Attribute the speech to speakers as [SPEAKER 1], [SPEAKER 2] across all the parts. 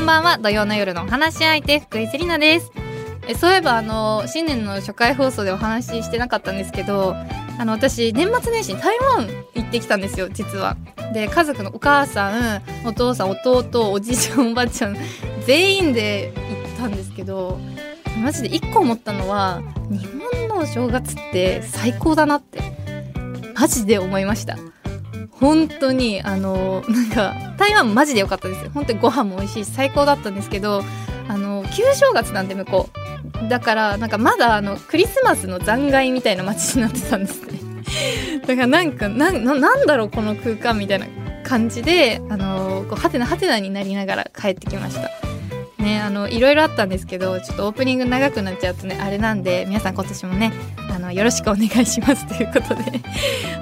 [SPEAKER 1] んばんは土曜の夜のお話し相手福井セリナですえそういえばあの新年の初回放送でお話ししてなかったんですけどあの私年末年始に台湾行ってきたんですよ実はで家族のお母さんお父さん弟おじいちゃんおばあちゃん全員で行ったんですけどマジで1個思ったのは日本のお正月って最高だなってマジで思いました本当にあのなんか台湾マジで良かったです本当にご飯も美味しいし最高だったんですけどあの旧正月なんで向こうだからなんかまだあのクリスマスの残骸みたいな街になってたんですね だからなんかなんななんだろうこの空間みたいな感じであのこうハテナハテナになりながら帰ってきましたねあのいろいろあったんですけどちょっとオープニング長くなっちゃうとねあれなんで皆さん今年もねあのよろしくお願いしますということで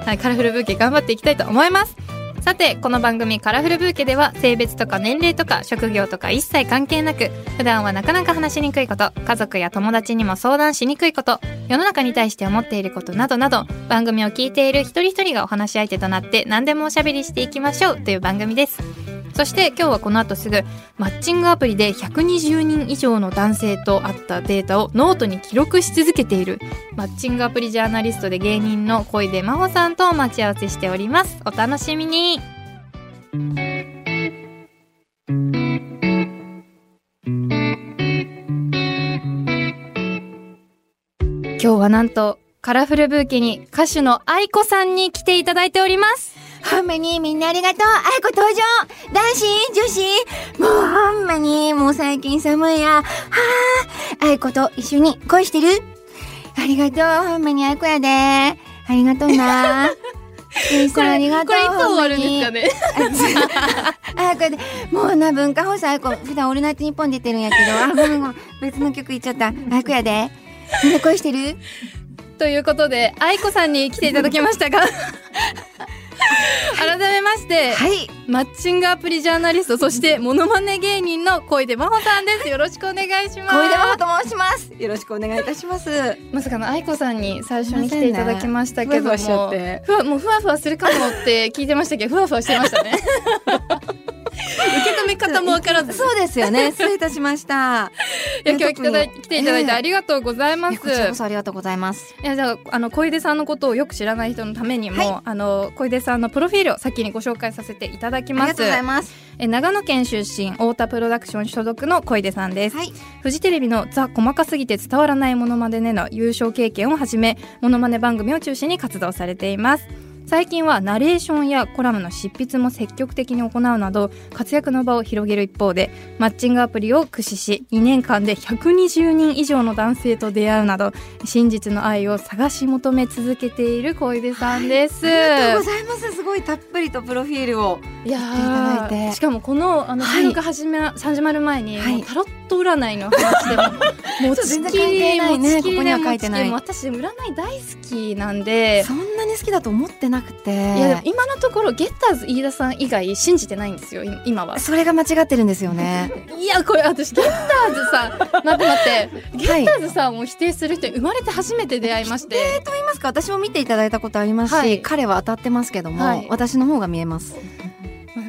[SPEAKER 1] はい、カラフルブーケ頑張っていきたいと思います。さて、この番組カラフルブーケでは性別とか年齢とか職業とか一切関係なく、普段はなかなか話しにくいこと、家族や友達にも相談しにくいこと、世の中に対して思っていることなどなど、番組を聞いている一人一人がお話し相手となって何でもおしゃべりしていきましょうという番組です。そして今日はこの後すぐ、マッチングアプリで120人以上の男性と会ったデータをノートに記録し続けているマッチングアプリジャーナリストで芸人の小出真帆さんと待ち合わせしております。お楽しみに。今日はなんとカラフルブーケに歌手の愛子さんに来ていただいております。
[SPEAKER 2] ほんまにみんなありがとう。あいこ登場男子女子もうほんまにもう最近寒いや。はあ。あいこと一緒に恋してるありがとう。ほんまにあいこやで。ありがとうな。インスタありがとう。
[SPEAKER 1] これいつ終わるんですかね。
[SPEAKER 2] あやこで、もうな、文化放送あやこ、普段オールナイトニッポン出てるんやけど、あ、ごめんごめん、別の曲言っちゃった。あやこやで。みんな恋してる
[SPEAKER 1] ということで愛子さんに来ていただきま したが改めまして、
[SPEAKER 2] はい。
[SPEAKER 1] マッチングアプリジャーナリストそしてモノマネ芸人の小出真帆さんですよろしくお願いします
[SPEAKER 2] 小出真帆と申します。よろしくお願いいたします。
[SPEAKER 1] まさかの愛子さんに最初に来ていただきましたけども
[SPEAKER 2] ふわふわしちゃって
[SPEAKER 1] ふわもうふわふわするかもって聞いてましたけどふわふわしてま したね受け止め方もわからずい
[SPEAKER 2] そうですよ ね。失礼いたしました。
[SPEAKER 1] や今日来ただい来ていただいて
[SPEAKER 2] ええ
[SPEAKER 1] ありがとうございま
[SPEAKER 2] い
[SPEAKER 1] す
[SPEAKER 2] やこちらこそありがとうございます。
[SPEAKER 1] いやじゃああの小出さんのことをよく知らない人のためにも、
[SPEAKER 2] は
[SPEAKER 1] あの小出さんのプロフィールを先にご紹介させていただき
[SPEAKER 2] あり
[SPEAKER 1] ま
[SPEAKER 2] が
[SPEAKER 1] す
[SPEAKER 2] とうございます。
[SPEAKER 1] え長野県出身太田プロダクション所属の小出さんです、
[SPEAKER 2] はい。
[SPEAKER 1] フジテレビの「ザ・細かすぎて伝わらないものまねね」の優勝経験をはじめものまね番組を中心に活動されています最近はナレーションやコラムの執筆も積極的に行うなど活躍の場を広げる一方でマッチングアプリを駆使し2年間で120人以上の男性と出会うなど真実の愛を探し求め続けている小出さんです、
[SPEAKER 2] ありがとうございます。すごいたっぷりとプロフィールを。
[SPEAKER 1] いや
[SPEAKER 2] 言っていただいて
[SPEAKER 1] しかもこのあの
[SPEAKER 2] はい
[SPEAKER 1] 収録始め、始まる前に、
[SPEAKER 2] はい
[SPEAKER 1] もうタロット占いの話 でももう
[SPEAKER 2] そう全
[SPEAKER 1] ち
[SPEAKER 2] 然
[SPEAKER 1] き
[SPEAKER 2] 関係
[SPEAKER 1] り
[SPEAKER 2] ないね
[SPEAKER 1] もちきり
[SPEAKER 2] ここには書いてない
[SPEAKER 1] もちきりも私占い大好きなんで
[SPEAKER 2] そんなに好きだと思ってなくて。
[SPEAKER 1] いやでも今のところゲッターズ飯田さん以外信じてないんですよい今は。
[SPEAKER 2] それが間違ってるんですよね。
[SPEAKER 1] いやこれ私ゲッターズさ ん待って待ってゲ
[SPEAKER 2] はい
[SPEAKER 1] ッターズさんを否定する人に生まれて初めて出会いまして、
[SPEAKER 2] と言いますか、私も見ていただいたことありますし、
[SPEAKER 1] はい
[SPEAKER 2] 彼は当たってますけども、
[SPEAKER 1] はい
[SPEAKER 2] 私の方が見えます。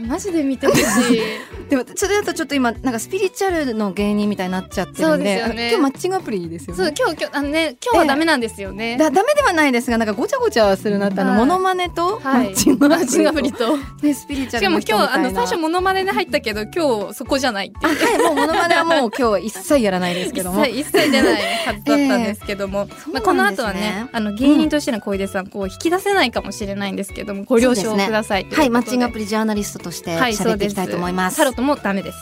[SPEAKER 1] マジで見てほし い
[SPEAKER 2] でも、それだとちょっと今、なんかスピリチュアルの芸人みたいになっちゃってるんで、
[SPEAKER 1] そうですよね
[SPEAKER 2] あ今日マッチングアプリですよ
[SPEAKER 1] そう
[SPEAKER 2] ね。
[SPEAKER 1] 今日今日あのね今日はダメなんですよね。
[SPEAKER 2] だダメではないですが、なんかごちゃごちゃするなって、あの、
[SPEAKER 1] はい
[SPEAKER 2] モノマネと、
[SPEAKER 1] は
[SPEAKER 2] マ
[SPEAKER 1] い
[SPEAKER 2] ッチングア
[SPEAKER 1] マ
[SPEAKER 2] プリ
[SPEAKER 1] ッ
[SPEAKER 2] と。
[SPEAKER 1] チングアプリと
[SPEAKER 2] ね、スピリチ
[SPEAKER 1] し
[SPEAKER 2] ュアル
[SPEAKER 1] かも今
[SPEAKER 2] の人み
[SPEAKER 1] 日
[SPEAKER 2] た
[SPEAKER 1] あ
[SPEAKER 2] いな。
[SPEAKER 1] の最初モノマネで入ったけど今日そこじゃないって
[SPEAKER 2] あ
[SPEAKER 1] いう
[SPEAKER 2] はい、もうモノマネはもう今日は一切やらないですけども。
[SPEAKER 1] 一切一切出ないはずだったんですけども、
[SPEAKER 2] え
[SPEAKER 1] まあ、
[SPEAKER 2] そ
[SPEAKER 1] こ
[SPEAKER 2] う
[SPEAKER 1] の
[SPEAKER 2] なんですね
[SPEAKER 1] 後はねあの芸人としての小出さんこう引き出せないかもしれないんですけどもご了承
[SPEAKER 2] そう
[SPEAKER 1] く
[SPEAKER 2] ですね
[SPEAKER 1] ださいということで
[SPEAKER 2] はい、マッチングアプリジャーナリストとして
[SPEAKER 1] はい
[SPEAKER 2] 喋っていきたいと思います。
[SPEAKER 1] そうでタロットもダメです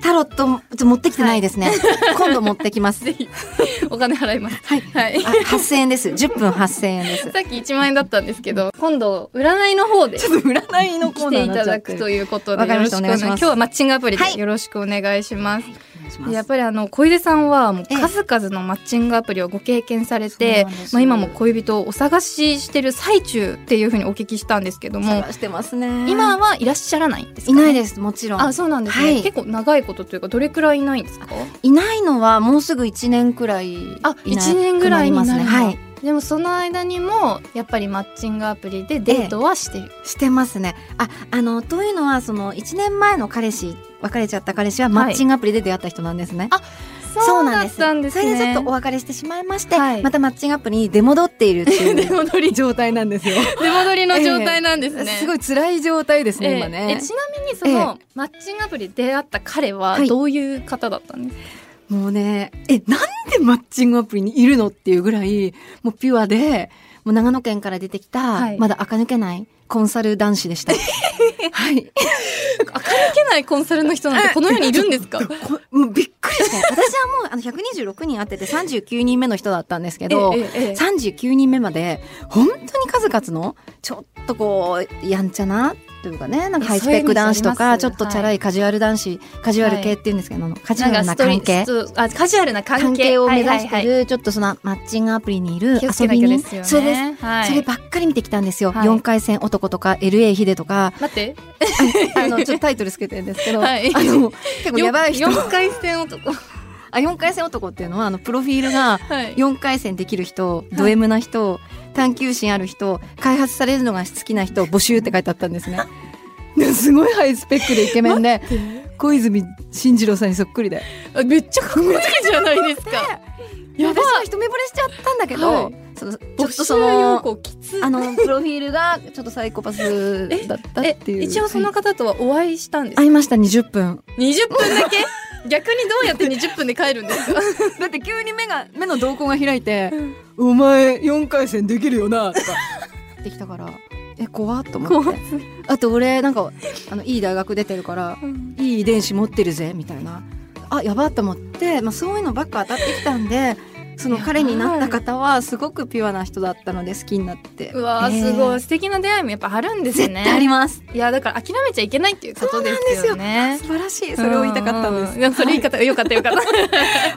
[SPEAKER 2] タロットもちょっと持ってきてないですね。今度持ってきます。
[SPEAKER 1] ぜひお金払います
[SPEAKER 2] はい
[SPEAKER 1] はい
[SPEAKER 2] あ、8000円です。10分8000円 です。
[SPEAKER 1] さっき1万円だったんですけど今度占いの方で
[SPEAKER 2] ょっと占いの
[SPEAKER 1] 来ていただくと
[SPEAKER 2] いう。
[SPEAKER 1] いうこと
[SPEAKER 2] わ
[SPEAKER 1] で
[SPEAKER 2] か
[SPEAKER 1] よ
[SPEAKER 2] り
[SPEAKER 1] ろ
[SPEAKER 2] ま
[SPEAKER 1] し
[SPEAKER 2] し
[SPEAKER 1] く
[SPEAKER 2] た
[SPEAKER 1] お願いします
[SPEAKER 2] お願いします
[SPEAKER 1] 今日はマッチングアプリ
[SPEAKER 2] は
[SPEAKER 1] で
[SPEAKER 2] い
[SPEAKER 1] よろしくお願いします、でやっ
[SPEAKER 2] ぱ
[SPEAKER 1] ぱりあの小出さんはもう
[SPEAKER 2] ええ
[SPEAKER 1] 数々のマッチングアプリをご経験され
[SPEAKER 2] そう
[SPEAKER 1] て
[SPEAKER 2] なんで、す
[SPEAKER 1] まあ、今も恋人をお探ししてる最中っていうふうにお聞きしたんですけども
[SPEAKER 2] 探してますね。
[SPEAKER 1] 今はいらっしゃらないんですか、
[SPEAKER 2] いないですす、もちろん
[SPEAKER 1] あ。そうなんですね、
[SPEAKER 2] はい
[SPEAKER 1] 結構長いことというかどれくらいいないんですか
[SPEAKER 2] いないのはもうすぐ1年くらい。
[SPEAKER 1] あ一年ぐらいになる
[SPEAKER 2] いなくりますね。はい。
[SPEAKER 1] でもその間にもやっぱりマッチングアプリでデートはしてる、
[SPEAKER 2] してますね。あ、あの、というのは、その1年前の彼氏別れちゃった彼氏はマッチングアプリで出会った人なんですね。そうなんです
[SPEAKER 1] そうだったんですね
[SPEAKER 2] それでちょっとお別れしてしまいまして、
[SPEAKER 1] はい
[SPEAKER 2] またマッチングアプリに出戻っているって い
[SPEAKER 1] 出戻
[SPEAKER 2] う状態なん ですよ。
[SPEAKER 1] 出戻りの状態なんですね。
[SPEAKER 2] すごい辛い状態ですね、
[SPEAKER 1] え
[SPEAKER 2] 今
[SPEAKER 1] え
[SPEAKER 2] ね
[SPEAKER 1] え。ちなみにその、マッチングアプリで出会った彼は
[SPEAKER 2] はい
[SPEAKER 1] どういう方だったんですか、
[SPEAKER 2] もうね、え、なんでマッチングアプリにいるのっていうぐらい、もうピュアで、もう長野県から出てきた、
[SPEAKER 1] はい
[SPEAKER 2] まだ垢抜けないコンサル男子で した。はい。
[SPEAKER 1] 明るけないコンサルの人なんてこの世にいるんですか
[SPEAKER 2] こもうびっくりして。私はもうあの126人あってて39人目の人だったんですけど、
[SPEAKER 1] ええええ
[SPEAKER 2] 39人目まで本当に数々のちょっとこうやんちゃなというかねなんかハイスペック男子
[SPEAKER 1] そ
[SPEAKER 2] と
[SPEAKER 1] ういうイメージありま
[SPEAKER 2] か
[SPEAKER 1] す
[SPEAKER 2] ちょっとチャラいカジュアル男子、カジュアル系っていうんですけど、あのカジュアルな関係
[SPEAKER 1] そうあカジュアルな関係
[SPEAKER 2] 関係を目指して
[SPEAKER 1] はいはいはい
[SPEAKER 2] るちょっとそのマッチングアプリにいる
[SPEAKER 1] 気をつ
[SPEAKER 2] 遊
[SPEAKER 1] けな
[SPEAKER 2] び
[SPEAKER 1] きゃ
[SPEAKER 2] 人、
[SPEAKER 1] ですよね。
[SPEAKER 2] そうです、
[SPEAKER 1] はい
[SPEAKER 2] そればっかり見てきたんですよ、
[SPEAKER 1] はい
[SPEAKER 2] 4回戦男とか LA ヒデとか
[SPEAKER 1] 待って、
[SPEAKER 2] あのちょっとタイトルつけてるんですけど、
[SPEAKER 1] はい
[SPEAKER 2] あの結構やばい人
[SPEAKER 1] よ四回戦男。
[SPEAKER 2] あ4回戦男っていうのはあのプロフィールが
[SPEAKER 1] はい。
[SPEAKER 2] 4回戦できる人、ド M な人、探求心ある人、開発されるのが好きな人、募集って書いてあった んですね。ですごいハイスペックでイケメンで、小泉進次郎さんにそっくりで。
[SPEAKER 1] あめっちゃかっこいいじゃないですか。やばい
[SPEAKER 2] 私は一目惚れしちゃったんだけど、
[SPEAKER 1] はい
[SPEAKER 2] そのちょ
[SPEAKER 1] ボ
[SPEAKER 2] っ
[SPEAKER 1] ッ
[SPEAKER 2] と
[SPEAKER 1] シ
[SPEAKER 2] そ
[SPEAKER 1] ュ用
[SPEAKER 2] の、
[SPEAKER 1] 語きつ。
[SPEAKER 2] あの、プロフィールがちょっとサイコパスだったっていう。
[SPEAKER 1] え一応その
[SPEAKER 2] はい
[SPEAKER 1] 方とはお会いしたんですか。
[SPEAKER 2] 会いました、20分。
[SPEAKER 1] 二十分だけ。逆にどうやって二十分で帰るんです か。
[SPEAKER 2] だって急に目が、目の瞳孔が開いて、お前4回戦できるよな、とか。できたから、え、怖っと思って。あと俺なんかあのいい大学出てるからいい遺伝子持ってるぜみたいなあやばっと思って、まあ、そういうのばっか当たってきたんでその彼になった方はすごくピュアな人だったので好きになって
[SPEAKER 1] うわ
[SPEAKER 2] ね
[SPEAKER 1] ーすごい素敵な出会いもやっぱあるんですね。
[SPEAKER 2] 絶対あります
[SPEAKER 1] いやだから諦めちゃいけないっていうことですよね。
[SPEAKER 2] 素晴らしいそれを言いたかったんです
[SPEAKER 1] うういやそれ言い方よかったよかった。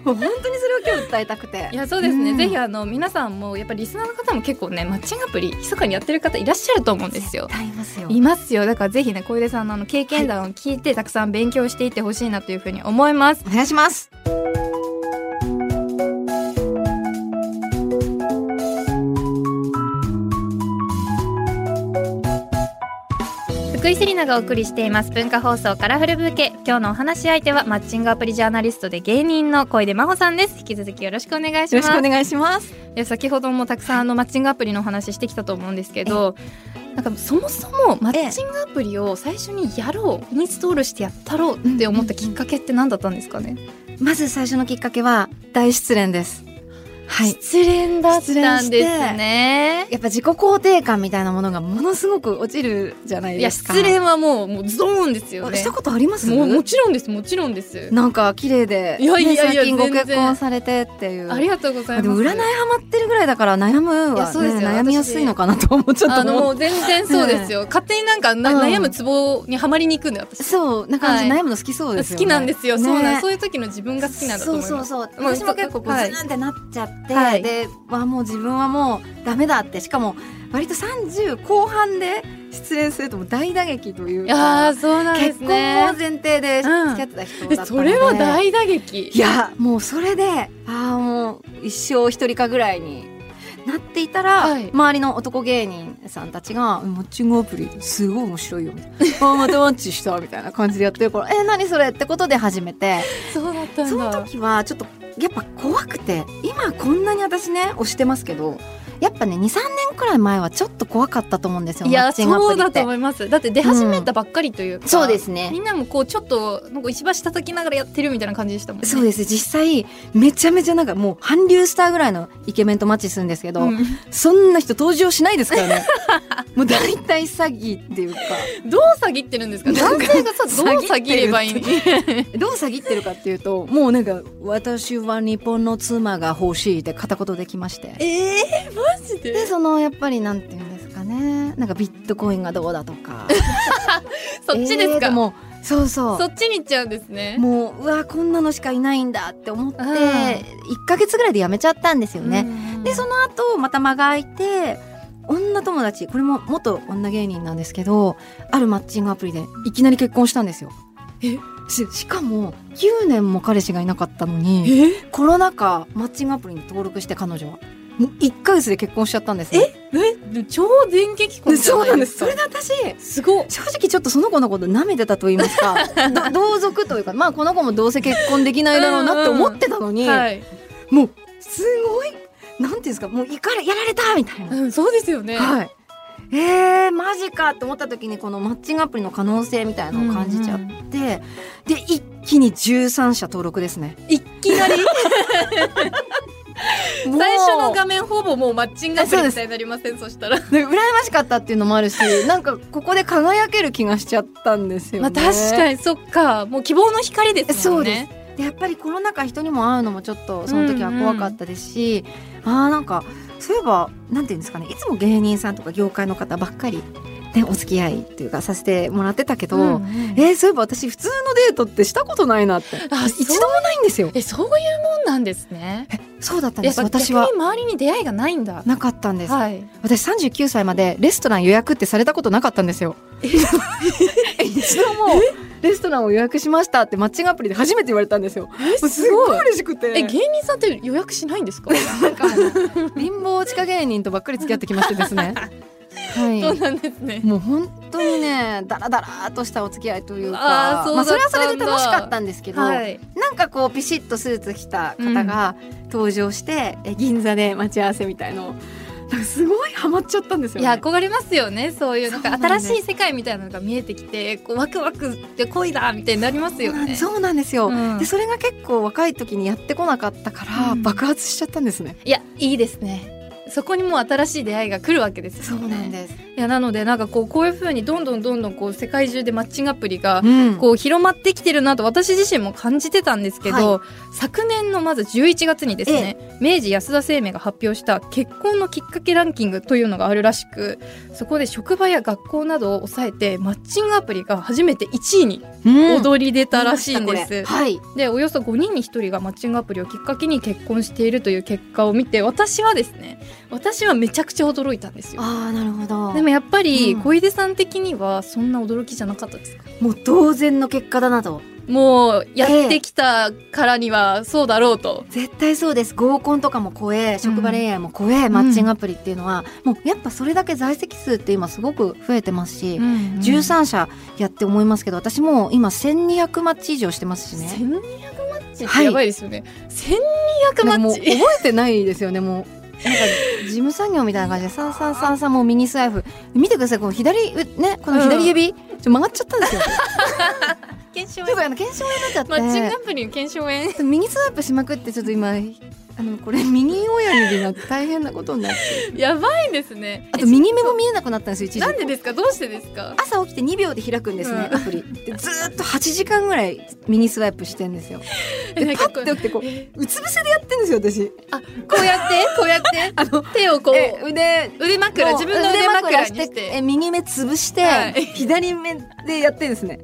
[SPEAKER 2] もう本当にそれを今日訴えたくて
[SPEAKER 1] いやそうですね、
[SPEAKER 2] うん
[SPEAKER 1] ぜひあの皆さんもやっぱりリスナーの方も結構ねマッチングアプリ密かにやってる方いらっしゃると思うんですよ
[SPEAKER 2] 絶。対いますよ
[SPEAKER 1] いますよだからぜひね小出さんのあの経験談を聞いてたくさん勉強していってほしいなというふうに思います。
[SPEAKER 2] お願いします
[SPEAKER 1] 福井セリナがお送りしています文化放送カラフルブーケ今日のお話し相手はマッチングアプリジャーナリストで芸人の小出真帆さんです引き続きよろしくお願いし
[SPEAKER 2] よ
[SPEAKER 1] ま
[SPEAKER 2] ろしく
[SPEAKER 1] す
[SPEAKER 2] お。願いします
[SPEAKER 1] いや先ほどもたくさんあのマッチングアプリのお話してきたと思うんですけど、なんかそもそもマッチングアプリを最初にやろうインストールしてやったろうって思ったきっかけって何だったんですかね、
[SPEAKER 2] まず最初のきっかけは大失恋ですはい
[SPEAKER 1] 失恋だ
[SPEAKER 2] 失恋して
[SPEAKER 1] ね
[SPEAKER 2] やっぱ自己肯定感みたいなものがものすごく落ちるじゃない
[SPEAKER 1] い
[SPEAKER 2] で
[SPEAKER 1] や
[SPEAKER 2] すか。
[SPEAKER 1] 失恋はもうもうズドーンですよね
[SPEAKER 2] したことあります
[SPEAKER 1] もうもちろんですもちろんです
[SPEAKER 2] なんか綺麗で、
[SPEAKER 1] いやいやいや
[SPEAKER 2] ね最近ご結
[SPEAKER 1] 全然
[SPEAKER 2] 婚されてっていう。
[SPEAKER 1] ありがとうございます
[SPEAKER 2] でも占いハマってるぐらいだから悩む
[SPEAKER 1] い
[SPEAKER 2] は、
[SPEAKER 1] や
[SPEAKER 2] ね、
[SPEAKER 1] そうですよ
[SPEAKER 2] 悩みやすいのかなと思っちゃっ
[SPEAKER 1] あ
[SPEAKER 2] た
[SPEAKER 1] のもう全然そうですよ、勝手になんかな、
[SPEAKER 2] うん
[SPEAKER 1] 悩むツボにはまりに行くんで私
[SPEAKER 2] そうなんか、
[SPEAKER 1] はい
[SPEAKER 2] 悩むの好きそうです
[SPEAKER 1] 好
[SPEAKER 2] よね。
[SPEAKER 1] きなんですよ、そうなん
[SPEAKER 2] ね
[SPEAKER 1] そういう時の自分が好きなんだと思います
[SPEAKER 2] そうそうそう
[SPEAKER 1] まあ
[SPEAKER 2] 私も結構こう
[SPEAKER 1] は
[SPEAKER 2] ズ
[SPEAKER 1] い
[SPEAKER 2] ーンってなっちゃって、
[SPEAKER 1] はい
[SPEAKER 2] で、まあ、もう自分はもうダメだってしかも割と30後半で失恋するともう大打撃という
[SPEAKER 1] い
[SPEAKER 2] か
[SPEAKER 1] やーそうなんで
[SPEAKER 2] 結
[SPEAKER 1] す
[SPEAKER 2] 婚を
[SPEAKER 1] ね
[SPEAKER 2] 前提で付き合ってた人だったので、
[SPEAKER 1] えそれは大打撃
[SPEAKER 2] いやもうそれでああもう一生一人かぐらいになっていたら、
[SPEAKER 1] はい
[SPEAKER 2] 周りの男芸人さんたちが「マッチングアプリすごい面白いよ」みた いな「あーまたマッチした」みたいな感じでやってるから「えー、何それ?」ってことで始めて
[SPEAKER 1] そうだったんだ
[SPEAKER 2] その時はちょっとやっぱ怖くて今こんなに私ね押してますけどやっぱね23年くらい前はちょっと怖かったと思うんですよ
[SPEAKER 1] い
[SPEAKER 2] マ
[SPEAKER 1] や
[SPEAKER 2] ッチングア
[SPEAKER 1] そ
[SPEAKER 2] プ
[SPEAKER 1] う
[SPEAKER 2] リっ
[SPEAKER 1] だと
[SPEAKER 2] て。
[SPEAKER 1] 思いますだって出始めたばっかりというか、
[SPEAKER 2] そうですね
[SPEAKER 1] みんなもこうちょっとなんか石橋叩きながらやってるみたいな感じでしたもんね
[SPEAKER 2] そうです実際めちゃめちゃなんかもう韓流スターぐらいのイケメンとマッチするんですけど、
[SPEAKER 1] うん
[SPEAKER 2] そんな人登場しないですからね もう大体詐欺っていうか
[SPEAKER 1] どう詐欺ってるんですか
[SPEAKER 2] なん
[SPEAKER 1] 男
[SPEAKER 2] か
[SPEAKER 1] 性がさ どう詐欺ればいいの
[SPEAKER 2] どう詐欺ってるかっていうともうなんか「私は日本の妻が欲しい」って片言できまして
[SPEAKER 1] えー、マジ
[SPEAKER 2] で
[SPEAKER 1] で
[SPEAKER 2] そのやっぱりなんていうんですかねなんかビットコインがどうだとか
[SPEAKER 1] そっちです
[SPEAKER 2] えー
[SPEAKER 1] か、
[SPEAKER 2] もそうそう
[SPEAKER 1] そっちに行っちゃうんですね
[SPEAKER 2] もううわこんなのしかいないんだって思って
[SPEAKER 1] うん
[SPEAKER 2] 1か月ぐらいでやめちゃったんですよね、
[SPEAKER 1] うん
[SPEAKER 2] でその後また間が空いて女友達これも元女芸人なんですけどあるマッチングアプリでいきなり結婚したんですよ。
[SPEAKER 1] え
[SPEAKER 2] ししかも9年も彼氏がいなかったの
[SPEAKER 1] え
[SPEAKER 2] にコロナ禍マッチングアプリに登録して彼女はもう1ヶ月で結婚しちゃったんですね。
[SPEAKER 1] え超電撃
[SPEAKER 2] で
[SPEAKER 1] 婚じゃ
[SPEAKER 2] そう
[SPEAKER 1] な
[SPEAKER 2] ないんで。
[SPEAKER 1] ですす
[SPEAKER 2] そ
[SPEAKER 1] か
[SPEAKER 2] れで私、
[SPEAKER 1] すごっ
[SPEAKER 2] 正直ちょっとその子のこと舐めてたと言いますか、 ど同族というか、まあこの子もどうせ結婚できないだろうなって思ってたのに、
[SPEAKER 1] はい、
[SPEAKER 2] もうすごい、なんていうんですか、もういからやられたみたいな。
[SPEAKER 1] うん、そうですよね、
[SPEAKER 2] はい。えー、マジかと思った時にこのマッチングアプリの可能性みたいなのを感じちゃって、
[SPEAKER 1] うん
[SPEAKER 2] で一気に13社登録ですね
[SPEAKER 1] いきなり
[SPEAKER 2] 最
[SPEAKER 1] 最初の画面ほぼもうマッチングアプリみたいになりませんそしたら
[SPEAKER 2] で羨ましかったっていうのもあるしなんかここで輝ける気がしちゃったんですよ
[SPEAKER 1] ま
[SPEAKER 2] ね、
[SPEAKER 1] あ確かにそっかもう希望の光ですもんね
[SPEAKER 2] でやっぱりコロナ禍人にも会うのもちょっとその時は怖かったですし、あーなんかそういえばなんていうんですかねいつも芸人さんとか業界の方ばっかり、ね、お付き合いっていうかさせてもらってたけど、
[SPEAKER 1] うんえ
[SPEAKER 2] えーそういえば私普通のデートってしたことないなって
[SPEAKER 1] あ
[SPEAKER 2] 一度もないんですよ
[SPEAKER 1] えそういうもんなんですね
[SPEAKER 2] そうだったん
[SPEAKER 1] や
[SPEAKER 2] で
[SPEAKER 1] っ
[SPEAKER 2] す
[SPEAKER 1] ぱ
[SPEAKER 2] 私
[SPEAKER 1] 私
[SPEAKER 2] は
[SPEAKER 1] は周りに出会いがないんだ
[SPEAKER 2] なかったんです、
[SPEAKER 1] はい
[SPEAKER 2] 私39歳までレストラン予約ってされたことなかったんですよ 一度もレストランを予約しましたってマッチングアプリで初めて言われたんですよもうすごい嬉しくて
[SPEAKER 1] え芸人さんって予約しないんですか
[SPEAKER 2] なんかあの貧乏地下芸人とばっかり付き合ってきましてです ねはい
[SPEAKER 1] そうなんですね
[SPEAKER 2] もう本当にねダラダラーっとしたお付き合いという
[SPEAKER 1] あ
[SPEAKER 2] か
[SPEAKER 1] ーそう
[SPEAKER 2] ま
[SPEAKER 1] だ
[SPEAKER 2] あ、
[SPEAKER 1] っ
[SPEAKER 2] そ
[SPEAKER 1] たん
[SPEAKER 2] れ
[SPEAKER 1] だ
[SPEAKER 2] はそれで楽しかったんですけど、
[SPEAKER 1] はい
[SPEAKER 2] なんかこうピシッとスーツ着た方が登場して、え銀座で待ち合わせみたいのをなんかすごいハマっちゃったんですよ
[SPEAKER 1] い
[SPEAKER 2] ね。
[SPEAKER 1] や憧れますよねそういうなんか
[SPEAKER 2] そうなんで
[SPEAKER 1] 新
[SPEAKER 2] す
[SPEAKER 1] しい世界みたいなのが見えてきてこうワクワクで恋だみたいになりますよね
[SPEAKER 2] そうなんですよ、
[SPEAKER 1] うん
[SPEAKER 2] でそれが結構若い時にやってこなかったから
[SPEAKER 1] うん
[SPEAKER 2] 爆発しちゃったんですね、
[SPEAKER 1] いやいいですねそこにもう新しい出会いが来るわけですよね
[SPEAKER 2] です、
[SPEAKER 1] いやなのでなんかこうこういうふうにどんどんどんどんこう世界中でマッチングアプリが
[SPEAKER 2] うん
[SPEAKER 1] こう広まってきてるなと私自身も感じてたんですけど、昨年のまず11月にですね、明治安田生命が発表した結婚のきっかけランキングというのがあるらしくそこで職場や学校などを抑えてマッチングアプリが初めて1位に
[SPEAKER 2] うん
[SPEAKER 1] 躍り出たらしいんです。
[SPEAKER 2] 見ましたこれはい
[SPEAKER 1] でおよそ5人に1人がマッチングアプリをきっかけに結婚しているという結果を見て私はですね私はめちゃくちゃ驚いたんですよ。
[SPEAKER 2] ああなるほど
[SPEAKER 1] でもやっぱり
[SPEAKER 2] うん
[SPEAKER 1] 小出さん的にはそんな驚きじゃなかったですか
[SPEAKER 2] もう当然の結果だなと
[SPEAKER 1] もうやってきたからにはそうだろうと。
[SPEAKER 2] 絶対そうです合コンとかも超え職場恋愛も超え、マッチングアプリっていうのは、もうやっぱそれだけ在籍数って今すごく増えてますし、13社やって思いますけど私もう今1200マッチ以上してますしね
[SPEAKER 1] 1200マッチってやばいですよね。1200マ
[SPEAKER 2] なんかも
[SPEAKER 1] ッ
[SPEAKER 2] う覚
[SPEAKER 1] チ。
[SPEAKER 2] えてないですよねもうなんか事務作業みたいな感じでさあさあさあさあもうミニ財布見てくださいこの左うねこの左指、ちょっと曲がっちゃったんですよ
[SPEAKER 1] 検証
[SPEAKER 2] ちょっとあの検証になっちゃって
[SPEAKER 1] マッチングアプリの検証炎。
[SPEAKER 2] ミニスワイプしまくってちょっと今あのこれ右親指になって大変なことになって
[SPEAKER 1] やばいですね。
[SPEAKER 2] あと右目も見えなくなったんですよ一時
[SPEAKER 1] なんでですかどうしてですか
[SPEAKER 2] 朝起きて2秒で開くんですね、
[SPEAKER 1] うん
[SPEAKER 2] アプリでずーっと8時間ぐらいミニスワイプしてんですよ
[SPEAKER 1] な
[SPEAKER 2] で
[SPEAKER 1] ん
[SPEAKER 2] パ
[SPEAKER 1] か
[SPEAKER 2] ッ
[SPEAKER 1] こ
[SPEAKER 2] て
[SPEAKER 1] う
[SPEAKER 2] 起きてこううつ伏せでやってんですよ私
[SPEAKER 1] あこうやってこうやって
[SPEAKER 2] あの
[SPEAKER 1] 手をこ
[SPEAKER 2] え
[SPEAKER 1] う
[SPEAKER 2] 腕
[SPEAKER 1] 腕枕自分の腕枕にして
[SPEAKER 2] え右目潰して、
[SPEAKER 1] はい
[SPEAKER 2] 左目でやってんですね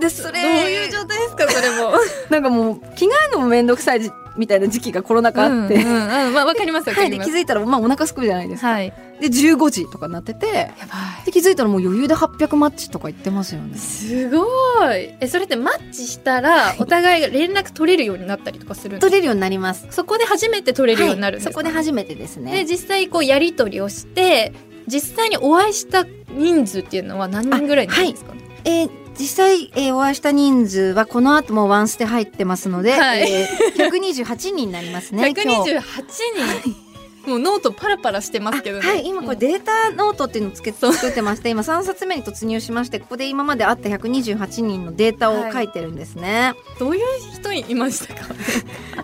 [SPEAKER 2] でそ
[SPEAKER 1] ど
[SPEAKER 2] れ
[SPEAKER 1] ういう状態ですかそれ も。
[SPEAKER 2] なんかもう着替えるのも面倒くさいみたいな時期がコロナ禍あって、
[SPEAKER 1] うんうんうんまあわかりますわ
[SPEAKER 2] は
[SPEAKER 1] か
[SPEAKER 2] い、
[SPEAKER 1] り
[SPEAKER 2] で
[SPEAKER 1] ま
[SPEAKER 2] 気
[SPEAKER 1] す。
[SPEAKER 2] づいたらまあお腹すくじゃないですか、
[SPEAKER 1] はい。
[SPEAKER 2] で15時とかになってて
[SPEAKER 1] やば
[SPEAKER 2] で気づいたらもう余裕で800マッチとか行ってますよね
[SPEAKER 1] すごい。えそれってマッチしたらお互いが連絡取れるようになったりとかするんですか
[SPEAKER 2] 取れるようになります
[SPEAKER 1] そこで初めて取れるようになるんです
[SPEAKER 2] はい、
[SPEAKER 1] か、
[SPEAKER 2] そこで初めてです
[SPEAKER 1] で
[SPEAKER 2] ね
[SPEAKER 1] 実際こうやり取りをして実際にお会いした人数っていうのは何人ぐらいになるんですか、
[SPEAKER 2] えー実際、えーお会いした人数はこの後もワンステ入ってますので、
[SPEAKER 1] はい
[SPEAKER 2] えー128人になりますね今日
[SPEAKER 1] 128人もうノートパラパラしてますけどね
[SPEAKER 2] はい今これ
[SPEAKER 1] で
[SPEAKER 2] データノートっていうのをつけ作ってまして今3冊目に突入しましてここで今まであった128人のデータを書いてるんですね、
[SPEAKER 1] どういう人いましたか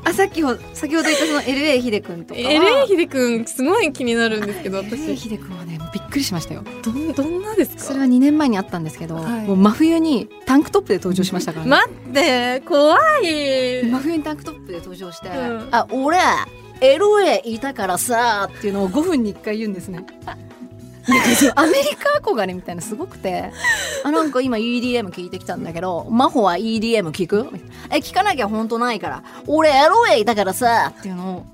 [SPEAKER 2] あさっきほ先ほど言ったその LA 秀君とかは
[SPEAKER 1] LA 秀くんすごい気になるんですけど
[SPEAKER 2] LA
[SPEAKER 1] 私
[SPEAKER 2] 秀君はねびっくりしましたよ
[SPEAKER 1] どんどんなですか
[SPEAKER 2] それは2年前にあったんですけど、
[SPEAKER 1] はい
[SPEAKER 2] もう真冬にタンクトップで登場しましたからね、
[SPEAKER 1] 待って怖い
[SPEAKER 2] 真冬にタンクトップで登場して「
[SPEAKER 1] うん
[SPEAKER 2] あ俺 LA いたからさ」っていうのを5分に1回言うんですね。なんかそのアメリカ憧れみたいなすごくて「あなんか今 EDM 聞いてきたんだけど真帆は EDM 聞く?」え聞かなきゃ本当ないから俺 LA いたからさ」っていうのを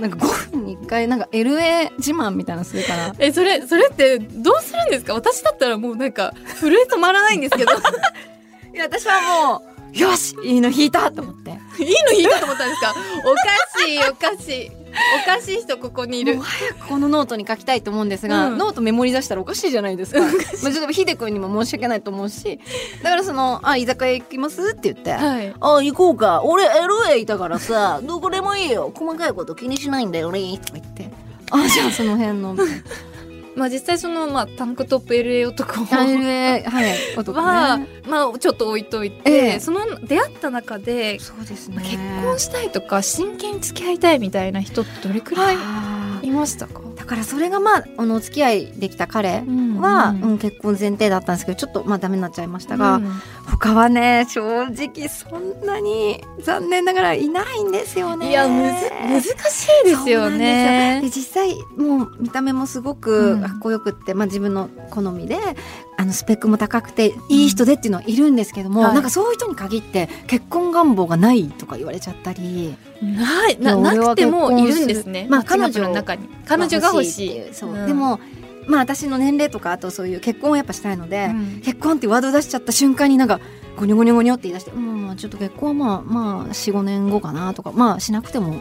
[SPEAKER 2] なんか5分に1回なんか LA 自慢みたいなのするから
[SPEAKER 1] えそれそれってどうするんですか私だったらもうなんか震え止まらないんです けど
[SPEAKER 2] いや私はもう「よしいいの引いた!」と思って
[SPEAKER 1] いいの引いたと思ったんですかおかしいおかしいおかしい人ここにい
[SPEAKER 2] もう
[SPEAKER 1] る
[SPEAKER 2] 早くこのノートに書きたいと思うんですが、
[SPEAKER 1] うん
[SPEAKER 2] ノートメモり出したらおかしいじゃないです か。まあちょっとヒデ君にも申し訳ないと思うし、だからそ の、あ、居酒屋行きますって言って、
[SPEAKER 1] はい
[SPEAKER 2] あ、行こうか。俺、LA いたからさ、どこでもいいよ。細かいこと気にしないんだよね。とか言って。あ、じゃあその辺 の。
[SPEAKER 1] まあ実際そのまあタンクトップ LA 男
[SPEAKER 2] LA、はい、男
[SPEAKER 1] は、
[SPEAKER 2] ね。
[SPEAKER 1] まあちょっと置いといて、
[SPEAKER 2] ええ
[SPEAKER 1] その出会った中で
[SPEAKER 2] そうですね。
[SPEAKER 1] 結婚したいとか真剣に付き合いたいみたいな人ってどれくらい
[SPEAKER 2] はい
[SPEAKER 1] ましたか、
[SPEAKER 2] だからそれがまあ、あの、お付き合いできた彼は、うん結婚前提だったんですけど、ちょっとまあダメになっちゃいましたが、他はね正直そんなに残念ながらいないんですよね。
[SPEAKER 1] いやむず難しいですよね
[SPEAKER 2] で実際もう見た目もすごく
[SPEAKER 1] うん
[SPEAKER 2] かっこよくって、まあ、自分の好みであのスペックも高くていい人でっていうのはいるんですけども、
[SPEAKER 1] はい
[SPEAKER 2] なんかそういう人に限って結婚願望がないとか言われちゃったり
[SPEAKER 1] ないない
[SPEAKER 2] や
[SPEAKER 1] な
[SPEAKER 2] 俺は
[SPEAKER 1] くてもいるんですね
[SPEAKER 2] 結婚するまあ
[SPEAKER 1] マッチングアプリの中
[SPEAKER 2] 彼女
[SPEAKER 1] に彼女が欲し
[SPEAKER 2] ま
[SPEAKER 1] い
[SPEAKER 2] あってうそう、
[SPEAKER 1] うん
[SPEAKER 2] でも、まあ、私の年齢とかあとそういう結婚をやっぱしたいので、
[SPEAKER 1] うん
[SPEAKER 2] 結婚ってワード出しちゃった瞬間になんかゴニョゴニョゴニョって言い出して、うん、まあちょっと結婚はまあまあ45年後かなとかまあしなくても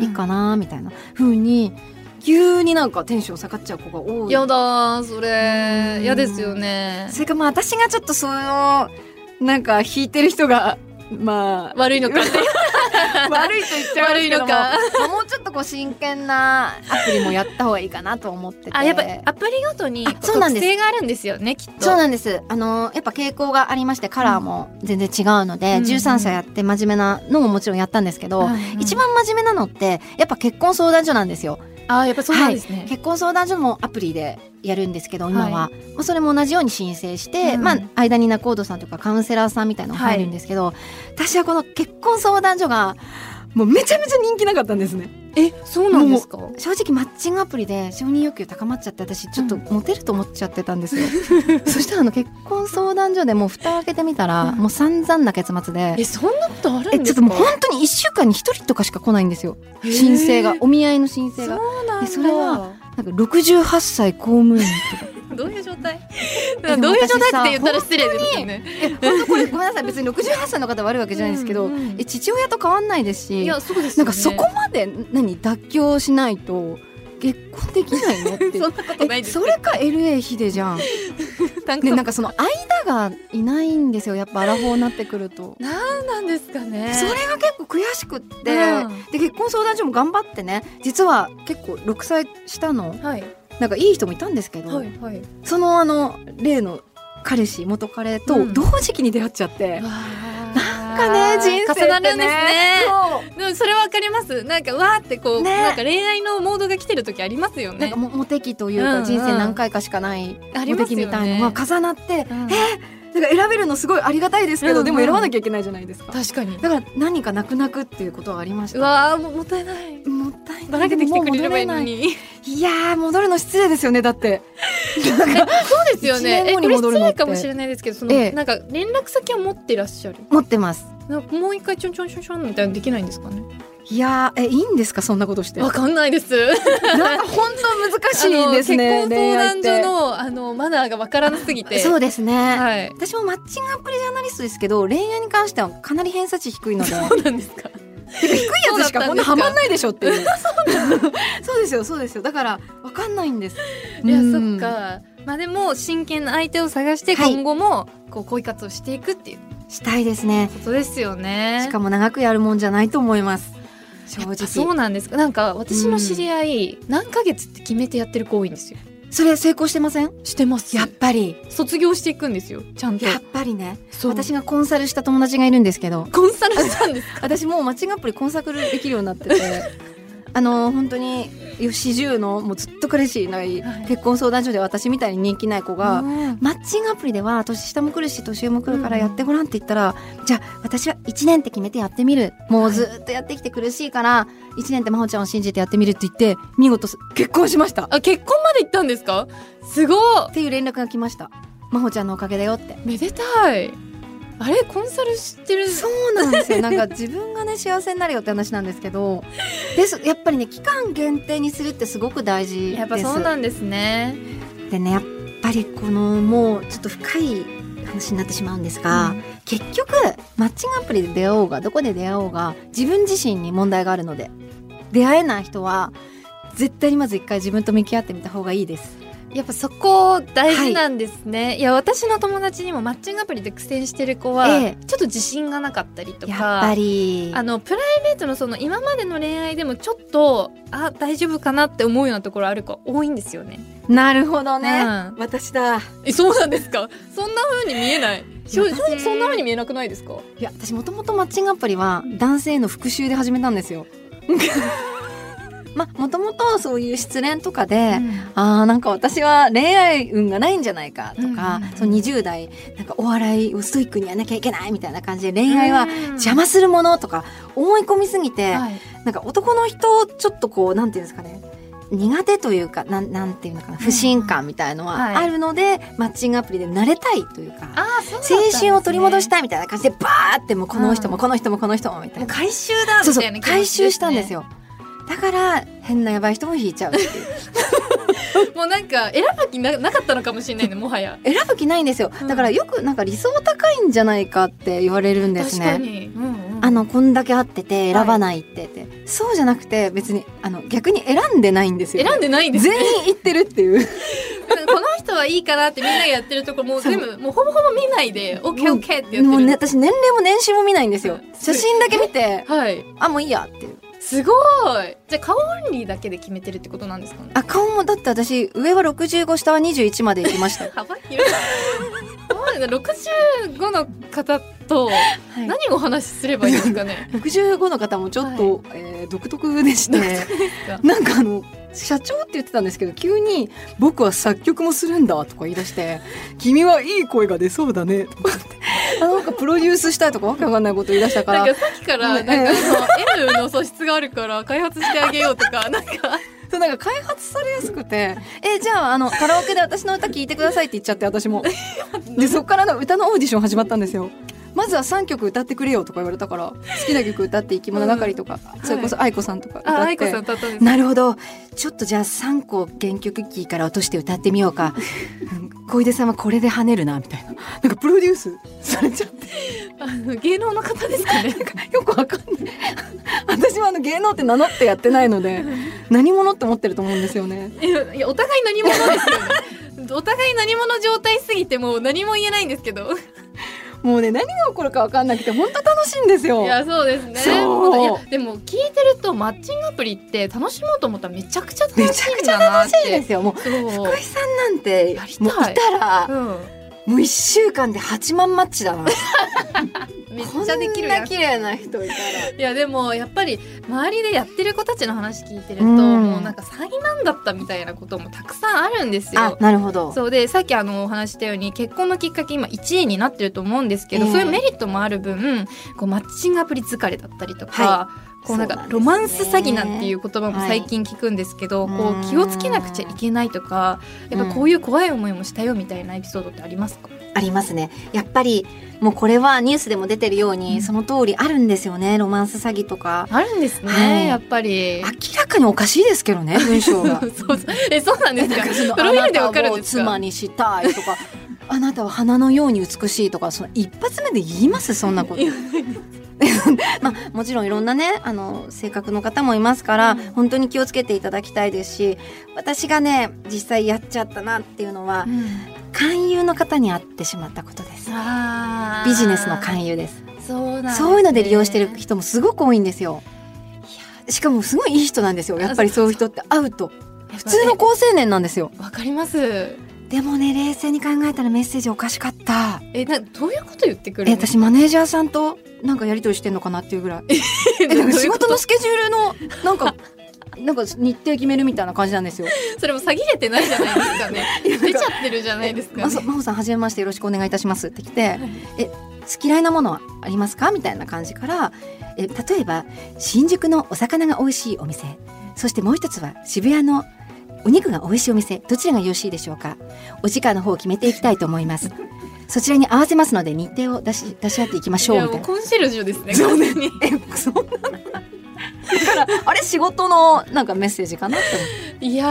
[SPEAKER 2] いいかなみたいな風に急になんかテンション下がっちゃう子が多い
[SPEAKER 1] やだーそれ
[SPEAKER 2] うん
[SPEAKER 1] 嫌ですよね
[SPEAKER 2] それかまあ私がちょっとそのなんか引いてる人が まあ
[SPEAKER 1] 悪いのか
[SPEAKER 2] 悪いと言っちゃうんですけども
[SPEAKER 1] 悪いのか
[SPEAKER 2] まあもうちょっとこう真剣なアプリもやった方がいいかなと思ってて
[SPEAKER 1] あやっぱアプリごとに
[SPEAKER 2] あそうなんです
[SPEAKER 1] 特性があるんですよねきっと
[SPEAKER 2] そうなんです。あのやっぱ傾向がありましてカラーも全然違うので、
[SPEAKER 1] うん
[SPEAKER 2] 13歳やって真面目なのももちろんやったんですけど、
[SPEAKER 1] はいはい
[SPEAKER 2] 一番真面目なのってやっぱ結婚相談所なんですよ。
[SPEAKER 1] あやっぱそうなんですね、
[SPEAKER 2] 結婚相談所もアプリでやるんですけど今
[SPEAKER 1] は
[SPEAKER 2] は、まあそれも同じように申請して、
[SPEAKER 1] うん
[SPEAKER 2] まあ間に仲人さんとかカウンセラーさんみたいなのが入るんですけど、私はこの結婚相談所がもうめちゃめちゃ人気なかったんですね。
[SPEAKER 1] えそうなんですか
[SPEAKER 2] 正直マッチングアプリで承認欲求高まっちゃって私ちょっとモテると思っちゃってたん ですよ、そしたらあの結婚相談所でもう蓋を開けてみたら、
[SPEAKER 1] うん
[SPEAKER 2] もう散々な結末で
[SPEAKER 1] えそんなことあるん
[SPEAKER 2] え
[SPEAKER 1] で
[SPEAKER 2] ちょ
[SPEAKER 1] す
[SPEAKER 2] っと
[SPEAKER 1] か
[SPEAKER 2] もう本当に1週間に1人とかしか来ないんですよ申請が
[SPEAKER 1] へー
[SPEAKER 2] お見合いの申請が
[SPEAKER 1] そうなんだ
[SPEAKER 2] えそれはなんか68歳公務員とか
[SPEAKER 1] どういう状態
[SPEAKER 2] でも
[SPEAKER 1] どういう状態って言ったら失礼ですよね
[SPEAKER 2] え本当これごめんなさい別に68歳の方悪いわけじゃないですけど、
[SPEAKER 1] うんうん
[SPEAKER 2] え父親と変わんないですし
[SPEAKER 1] いやそうですよね
[SPEAKER 2] なんかそこまで何妥協しないと結婚できないのって
[SPEAKER 1] そんなことない
[SPEAKER 2] え
[SPEAKER 1] です
[SPEAKER 2] それか LA ヒデじゃん
[SPEAKER 1] 単
[SPEAKER 2] ね、
[SPEAKER 1] 価
[SPEAKER 2] なんかその間がいないんですよやっぱアラフォーになってくると。
[SPEAKER 1] なんなんですかね
[SPEAKER 2] それが結構悔しくって、
[SPEAKER 1] うん
[SPEAKER 2] で結婚相談所も頑張ってね実は結構6歳下の
[SPEAKER 1] はい
[SPEAKER 2] なんかいい人もいたんですけど、
[SPEAKER 1] はいはい
[SPEAKER 2] そのあの例の彼氏元彼と
[SPEAKER 1] うん
[SPEAKER 2] 同時期に出会っちゃっ
[SPEAKER 1] な
[SPEAKER 2] て、
[SPEAKER 1] ん
[SPEAKER 2] なんかね人生って、ね、
[SPEAKER 1] 重なるんですね
[SPEAKER 2] そう
[SPEAKER 1] でもそれわかりますなんかわーってこう、
[SPEAKER 2] ね
[SPEAKER 1] なんか恋愛のモードが来てる時ありますよ
[SPEAKER 2] なん
[SPEAKER 1] ね
[SPEAKER 2] かもモテ期という
[SPEAKER 1] うんう
[SPEAKER 2] か
[SPEAKER 1] ん
[SPEAKER 2] 人生何回かしかない
[SPEAKER 1] あり
[SPEAKER 2] モ
[SPEAKER 1] ま
[SPEAKER 2] テ
[SPEAKER 1] す
[SPEAKER 2] 期
[SPEAKER 1] よね
[SPEAKER 2] みたいのが重なって、
[SPEAKER 1] うん
[SPEAKER 2] だから選べるのすごいありがたいですけど、
[SPEAKER 1] うんうん
[SPEAKER 2] でも選ばなきゃいけないじゃないですか。
[SPEAKER 1] 確かに
[SPEAKER 2] だから何か泣く泣くっていうことはありました
[SPEAKER 1] うわーももったいない
[SPEAKER 2] もったいない
[SPEAKER 1] ばらけてきてくれればいいの
[SPEAKER 2] もう戻れ
[SPEAKER 1] に
[SPEAKER 2] ないいやー戻るの失礼ですよねだってなんか
[SPEAKER 1] そう ですよね
[SPEAKER 2] 一年
[SPEAKER 1] え
[SPEAKER 2] 後
[SPEAKER 1] こ
[SPEAKER 2] に
[SPEAKER 1] れ
[SPEAKER 2] 戻
[SPEAKER 1] 失
[SPEAKER 2] るのっ
[SPEAKER 1] 礼
[SPEAKER 2] て
[SPEAKER 1] かもしれないですけどその、
[SPEAKER 2] ええ
[SPEAKER 1] なんか連絡先は持ってらっしゃる
[SPEAKER 2] 持ってます
[SPEAKER 1] なんかもう一回ちょんちょんちょんちょんみたいなのできないんですかね
[SPEAKER 2] いやーえいいんですかそんなことして
[SPEAKER 1] わかんないです
[SPEAKER 2] なんか本当難しいですね
[SPEAKER 1] あの結婚相談
[SPEAKER 2] 恋愛
[SPEAKER 1] 所
[SPEAKER 2] っ
[SPEAKER 1] のあのマナーがわからなすぎ
[SPEAKER 2] て
[SPEAKER 1] て
[SPEAKER 2] そうですね、
[SPEAKER 1] はい
[SPEAKER 2] 私もマッチングアプリジャーナリストですけど恋愛に関してはかなり偏差値低いので
[SPEAKER 1] そうなんですか
[SPEAKER 2] 低いやつしかこんな
[SPEAKER 1] そ
[SPEAKER 2] ハ
[SPEAKER 1] うだったんですか
[SPEAKER 2] マんないでしょっていうそうですよそうですよだからわかんないんです
[SPEAKER 1] いや
[SPEAKER 2] う
[SPEAKER 1] そっ
[SPEAKER 2] ん
[SPEAKER 1] かまあでも真剣な相手を探して
[SPEAKER 2] はい
[SPEAKER 1] 今後もこう恋活をしていくっていう
[SPEAKER 2] したいですね
[SPEAKER 1] ことですよね
[SPEAKER 2] しかも長くやるもんじゃないと思います正
[SPEAKER 1] やっ
[SPEAKER 2] 直
[SPEAKER 1] ぱそうなんですかなんか私の知り合い何ヶ月って決めてやってる子多いんですよ
[SPEAKER 2] それ成功してません
[SPEAKER 1] してます
[SPEAKER 2] やっぱり
[SPEAKER 1] 卒業していくんですよちゃんと
[SPEAKER 2] やっぱりね
[SPEAKER 1] そう
[SPEAKER 2] 私がコンサルした友達がいるんですけど
[SPEAKER 1] コンサルしたんですか
[SPEAKER 2] 私もうマッチングアプリコンサルできるようになっててあの本当に四十のもうずっと彼氏いない、
[SPEAKER 1] はい
[SPEAKER 2] 結婚相談所で私みたいに人気ない子が、
[SPEAKER 1] うん
[SPEAKER 2] マッチングアプリでは年下も来るし年上も来るからやってごらんって言ったら、じゃあ私は1年って決めてやってみるもうずっとやってきて苦しいから1年って真帆ちゃんを信じてやってみるって言って見事す結婚しましたっ
[SPEAKER 1] あ結婚まで行ったんですかすごい
[SPEAKER 2] ていう連絡が来ました真帆ちゃんのおかげだよって
[SPEAKER 1] めでたいあれコンサルしてる
[SPEAKER 2] そうなんですよ。な んか自分がね幸せになるよって話なんですけど、ですやっぱりね期間限定にするってすごく大事です。
[SPEAKER 1] やっぱそうなんですね
[SPEAKER 2] でねやっぱりこのもうちょっと深い話になってしまうんです
[SPEAKER 1] う
[SPEAKER 2] が、
[SPEAKER 1] ん
[SPEAKER 2] 結局マッチングアプリで出会おうがどこで出会おうが自分自身に問題があるので。出会えない人は絶対にまず一回自分と向き合ってみた方がいいです
[SPEAKER 1] やっぱそこ大事なんですね、い、や私の友達にもマッチングアプリで苦戦してる子は、
[SPEAKER 2] え
[SPEAKER 1] ちょっと自信がなかったりとか
[SPEAKER 2] やっぱり
[SPEAKER 1] あのプライベートのその今までの恋愛でもちょっとあ大丈夫かなって思うようなところある子多いんですよね。
[SPEAKER 2] なるほ
[SPEAKER 1] う
[SPEAKER 2] どね、
[SPEAKER 1] ん
[SPEAKER 2] 私だ
[SPEAKER 1] えそうなんですかそんな風に見えない正
[SPEAKER 2] 私
[SPEAKER 1] 正直そんな風に見えなくないですか
[SPEAKER 2] いや私もともとマッチングアプリは男性への復讐で始めたんです よまあもともとそういう失恋とかで、あーなんか私は恋愛運がないんじゃないかとか、
[SPEAKER 1] うんうんうん
[SPEAKER 2] その20代なんかお笑いをストイックにやらなきゃいけないみたいな感じで恋愛は邪魔するものとか思い込みすぎて、
[SPEAKER 1] はい
[SPEAKER 2] なんか男の人ちょっとこうなんていうんですかね苦手というかなんなんていうのかな不信感みたいの
[SPEAKER 1] は
[SPEAKER 2] はいあるので、マッチングアプリで慣れたいという
[SPEAKER 1] あー
[SPEAKER 2] か。
[SPEAKER 1] そうだったんですね
[SPEAKER 2] 青春を取り戻したいみたいな感じでバーってもうこの人もこの人もこの人もみた
[SPEAKER 1] も
[SPEAKER 2] いうな
[SPEAKER 1] 回収だ
[SPEAKER 2] そう
[SPEAKER 1] み
[SPEAKER 2] そ
[SPEAKER 1] たいうな
[SPEAKER 2] 回収したんです
[SPEAKER 1] よ
[SPEAKER 2] よだから変なやばい人も引いちゃうってい う
[SPEAKER 1] もうなんか選ぶ気ななかったのかもしれないねもはや
[SPEAKER 2] 選ぶ気ないんですよ、
[SPEAKER 1] うん
[SPEAKER 2] だからよくなんか理想高いんじゃないかって言われるんです
[SPEAKER 1] 確か
[SPEAKER 2] ね
[SPEAKER 1] に、うんうん
[SPEAKER 2] あのこんだけ合ってて選ばないってって、そうじゃなくて別にあの逆に選んでないんですよ
[SPEAKER 1] 選んでないんですよ
[SPEAKER 2] 全員言ってるっていう
[SPEAKER 1] なんかこの人はいいかなってみんながやってるとこもう全部もうほぼほぼ見ないで OKOK ってやってる
[SPEAKER 2] もう、ね、私年齢も年収も見ないんですよ写真だけ見て
[SPEAKER 1] はい
[SPEAKER 2] あもういいやっていう
[SPEAKER 1] すごいじゃあ顔オンリーだけで決めてるってことなんですかね、
[SPEAKER 2] あ顔もだって私上は65下は21まで行きました
[SPEAKER 1] 幅 広いそうだね65の方と
[SPEAKER 2] 何
[SPEAKER 1] 何をお話しすればいいんですか ね
[SPEAKER 2] 65の方もちょっと、えー独特でして
[SPEAKER 1] か
[SPEAKER 2] なんかあの社長って言ってたんですけど急に「僕は作曲もするんだ」とか言い出して「君はいい声が出そうだね」とかって あなんかプロデュースしたいとかわけわかんないこと言い出したか
[SPEAKER 1] なん
[SPEAKER 2] ら
[SPEAKER 1] かさっきから
[SPEAKER 2] ね
[SPEAKER 1] なんかあの L の素質があるから開発してあげようと かなんか
[SPEAKER 2] そうなんか開発されやすくて「えじゃああのカラオケで私の歌聴いてください」って言っちゃって私も でそっからの歌のオーディション始まったんですよ。まずは3曲歌ってくれよとか言われたから好きな曲歌って「生き物がかり」とか、
[SPEAKER 1] ん
[SPEAKER 2] それこそ愛子さんとか歌って
[SPEAKER 1] あ愛子さん歌ったんです
[SPEAKER 2] なるほどちょっとじゃあ3個原曲キーから落として歌ってみよう かうん小出さんはこれで跳ねるなみたいななんかプロデュース されちゃって
[SPEAKER 1] あの芸能の方ですかね
[SPEAKER 2] よくわかんない私はあの芸能って名乗ってやってないので何者って思ってると思うんですよね
[SPEAKER 1] い やいやお互い何者ですよね お互い何者状態すぎてもう何も言えないんですけど
[SPEAKER 2] もうね何が起こるかわかんなくて本当楽しいんですよ
[SPEAKER 1] いやそうですね
[SPEAKER 2] そう
[SPEAKER 1] いやでも聞いてるとマッチングアプリって楽しもうと思ったらめちゃくちゃ楽
[SPEAKER 2] めち
[SPEAKER 1] し
[SPEAKER 2] ゃ
[SPEAKER 1] い
[SPEAKER 2] く
[SPEAKER 1] ん
[SPEAKER 2] ちゃ
[SPEAKER 1] だなっ
[SPEAKER 2] 楽
[SPEAKER 1] て
[SPEAKER 2] しいですよもう
[SPEAKER 1] そう
[SPEAKER 2] 福井さんなんて
[SPEAKER 1] やりたい
[SPEAKER 2] もういたら
[SPEAKER 1] うん
[SPEAKER 2] もう1週間で8万マッチだな
[SPEAKER 1] めっちゃできる
[SPEAKER 2] こん
[SPEAKER 1] や
[SPEAKER 2] なん綺麗な人いたら
[SPEAKER 1] いやでもやっぱり周りでやってる子たちの話聞いてると、
[SPEAKER 2] うん
[SPEAKER 1] もうなんか災難だったみたいなこともたくさんあるんです
[SPEAKER 2] あ
[SPEAKER 1] よ。
[SPEAKER 2] なるほど
[SPEAKER 1] そうでさっきあのお話ししたように結婚のきっかけ今1位になってると思うんですけど、
[SPEAKER 2] ええ
[SPEAKER 1] そういうメリットもある分こうマッチングアプリ疲れだったりとか、
[SPEAKER 2] は
[SPEAKER 1] こうなん
[SPEAKER 2] そうな
[SPEAKER 1] か
[SPEAKER 2] んですね
[SPEAKER 1] ロマンス詐欺なんていう言葉も最近聞くんですけど、
[SPEAKER 2] はい
[SPEAKER 1] こう気をつけなくちゃいけないとかやっぱこういう怖い思いもしたよみたいなエピソードってありますか、
[SPEAKER 2] ありますね。やっぱり、もうこれはニュースでも出てるように、
[SPEAKER 1] うん
[SPEAKER 2] その通りあるんですよね、ロマンス詐欺とか。
[SPEAKER 1] あるんですね、
[SPEAKER 2] はい
[SPEAKER 1] やっぱり。
[SPEAKER 2] 明らかにおかしいですけどね、文章が。
[SPEAKER 1] そうそうえそうなんですか
[SPEAKER 2] その
[SPEAKER 1] プロフィールでわかるんですか
[SPEAKER 2] あなたを妻にしたいとか、あなたは花のように美しいとか、その一発目で言います、そんなこと。 まあ、もちろんいろんなね、あの、性格の方もいますから、
[SPEAKER 1] うん
[SPEAKER 2] 本当に気をつけていただきたいですし、私がね、実際やっちゃったなっていうのは、勧誘の方に会ってしまったことです。ビジネスの勧誘です。
[SPEAKER 1] そうなんすね
[SPEAKER 2] そういうので利用してる人もすごく多いんですよ。しかもすごいいい人なんですよ。やっぱりそういう人って会うと
[SPEAKER 1] 普
[SPEAKER 2] 普通の高青年なんですよ。
[SPEAKER 1] わかります
[SPEAKER 2] でもね冷静に考えたらメッセージおかしかった。
[SPEAKER 1] えなどういうこと言ってくる
[SPEAKER 2] え
[SPEAKER 1] の
[SPEAKER 2] 私マネージャーさんとなんかやり取りしてんのかなっていうぐらい。えなんか 仕事のスケジュールの なんかなんか日程決めるみたいな感じなんですよ。
[SPEAKER 1] それも詐欺れてないじゃないですか ね出ちゃってるじゃないですか
[SPEAKER 2] あ
[SPEAKER 1] ね
[SPEAKER 2] そう真帆さんはじめましてよろしくお願いいたしますって来て「え好き嫌いなものはありますか?」みたいな感じからえ例えば新宿のお魚が美味しいお店そしてもう一つは渋谷のお肉が美味しいお店どちらがよろしいでしょうかお時間の方を決めていきたいと思いますそちらに合わせますので日程を出し出し合っていきましょ
[SPEAKER 1] いうや
[SPEAKER 2] み
[SPEAKER 1] も
[SPEAKER 2] たいうな
[SPEAKER 1] コンシェルジュですね完全に
[SPEAKER 2] えそんなのだからあれ仕事のなんかメッセージかなって思って
[SPEAKER 1] いや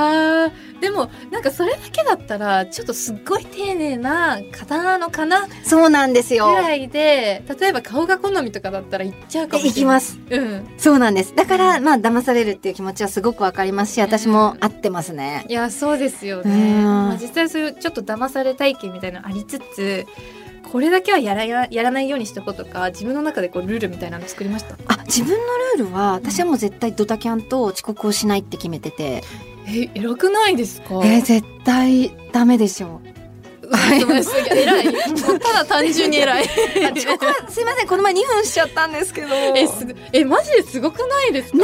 [SPEAKER 1] ーでもなんかそれだけだったらちょっとすっごい丁寧な方なのかな
[SPEAKER 2] そうなんですよ
[SPEAKER 1] ぐ。らいで例えば顔が好みとかだったら行っちゃうかもしれない
[SPEAKER 2] いきます。
[SPEAKER 1] うん
[SPEAKER 2] そうなんです。だから、まあ、騙されるっていう気持ちはすごくわかりますし、私も合ってますね。
[SPEAKER 1] いやそうですよ
[SPEAKER 2] うん
[SPEAKER 1] ね、まあ、実際そういうちょっと騙され体験みたいなのありつつこれだけはやらやらないようにしとこうとか自分の中でこうルールみたいなの作りました
[SPEAKER 2] あ、自分のルールは、私はもう絶対ドタキャンと遅刻をしないって決めてて、
[SPEAKER 1] え偉くないですか
[SPEAKER 2] え ー絶対ダメでしょう。
[SPEAKER 1] 偉いただ単純に偉い
[SPEAKER 2] あ遅刻は、すいません、この前2分しちゃったんですけど。
[SPEAKER 1] えすごえマジですごくないですか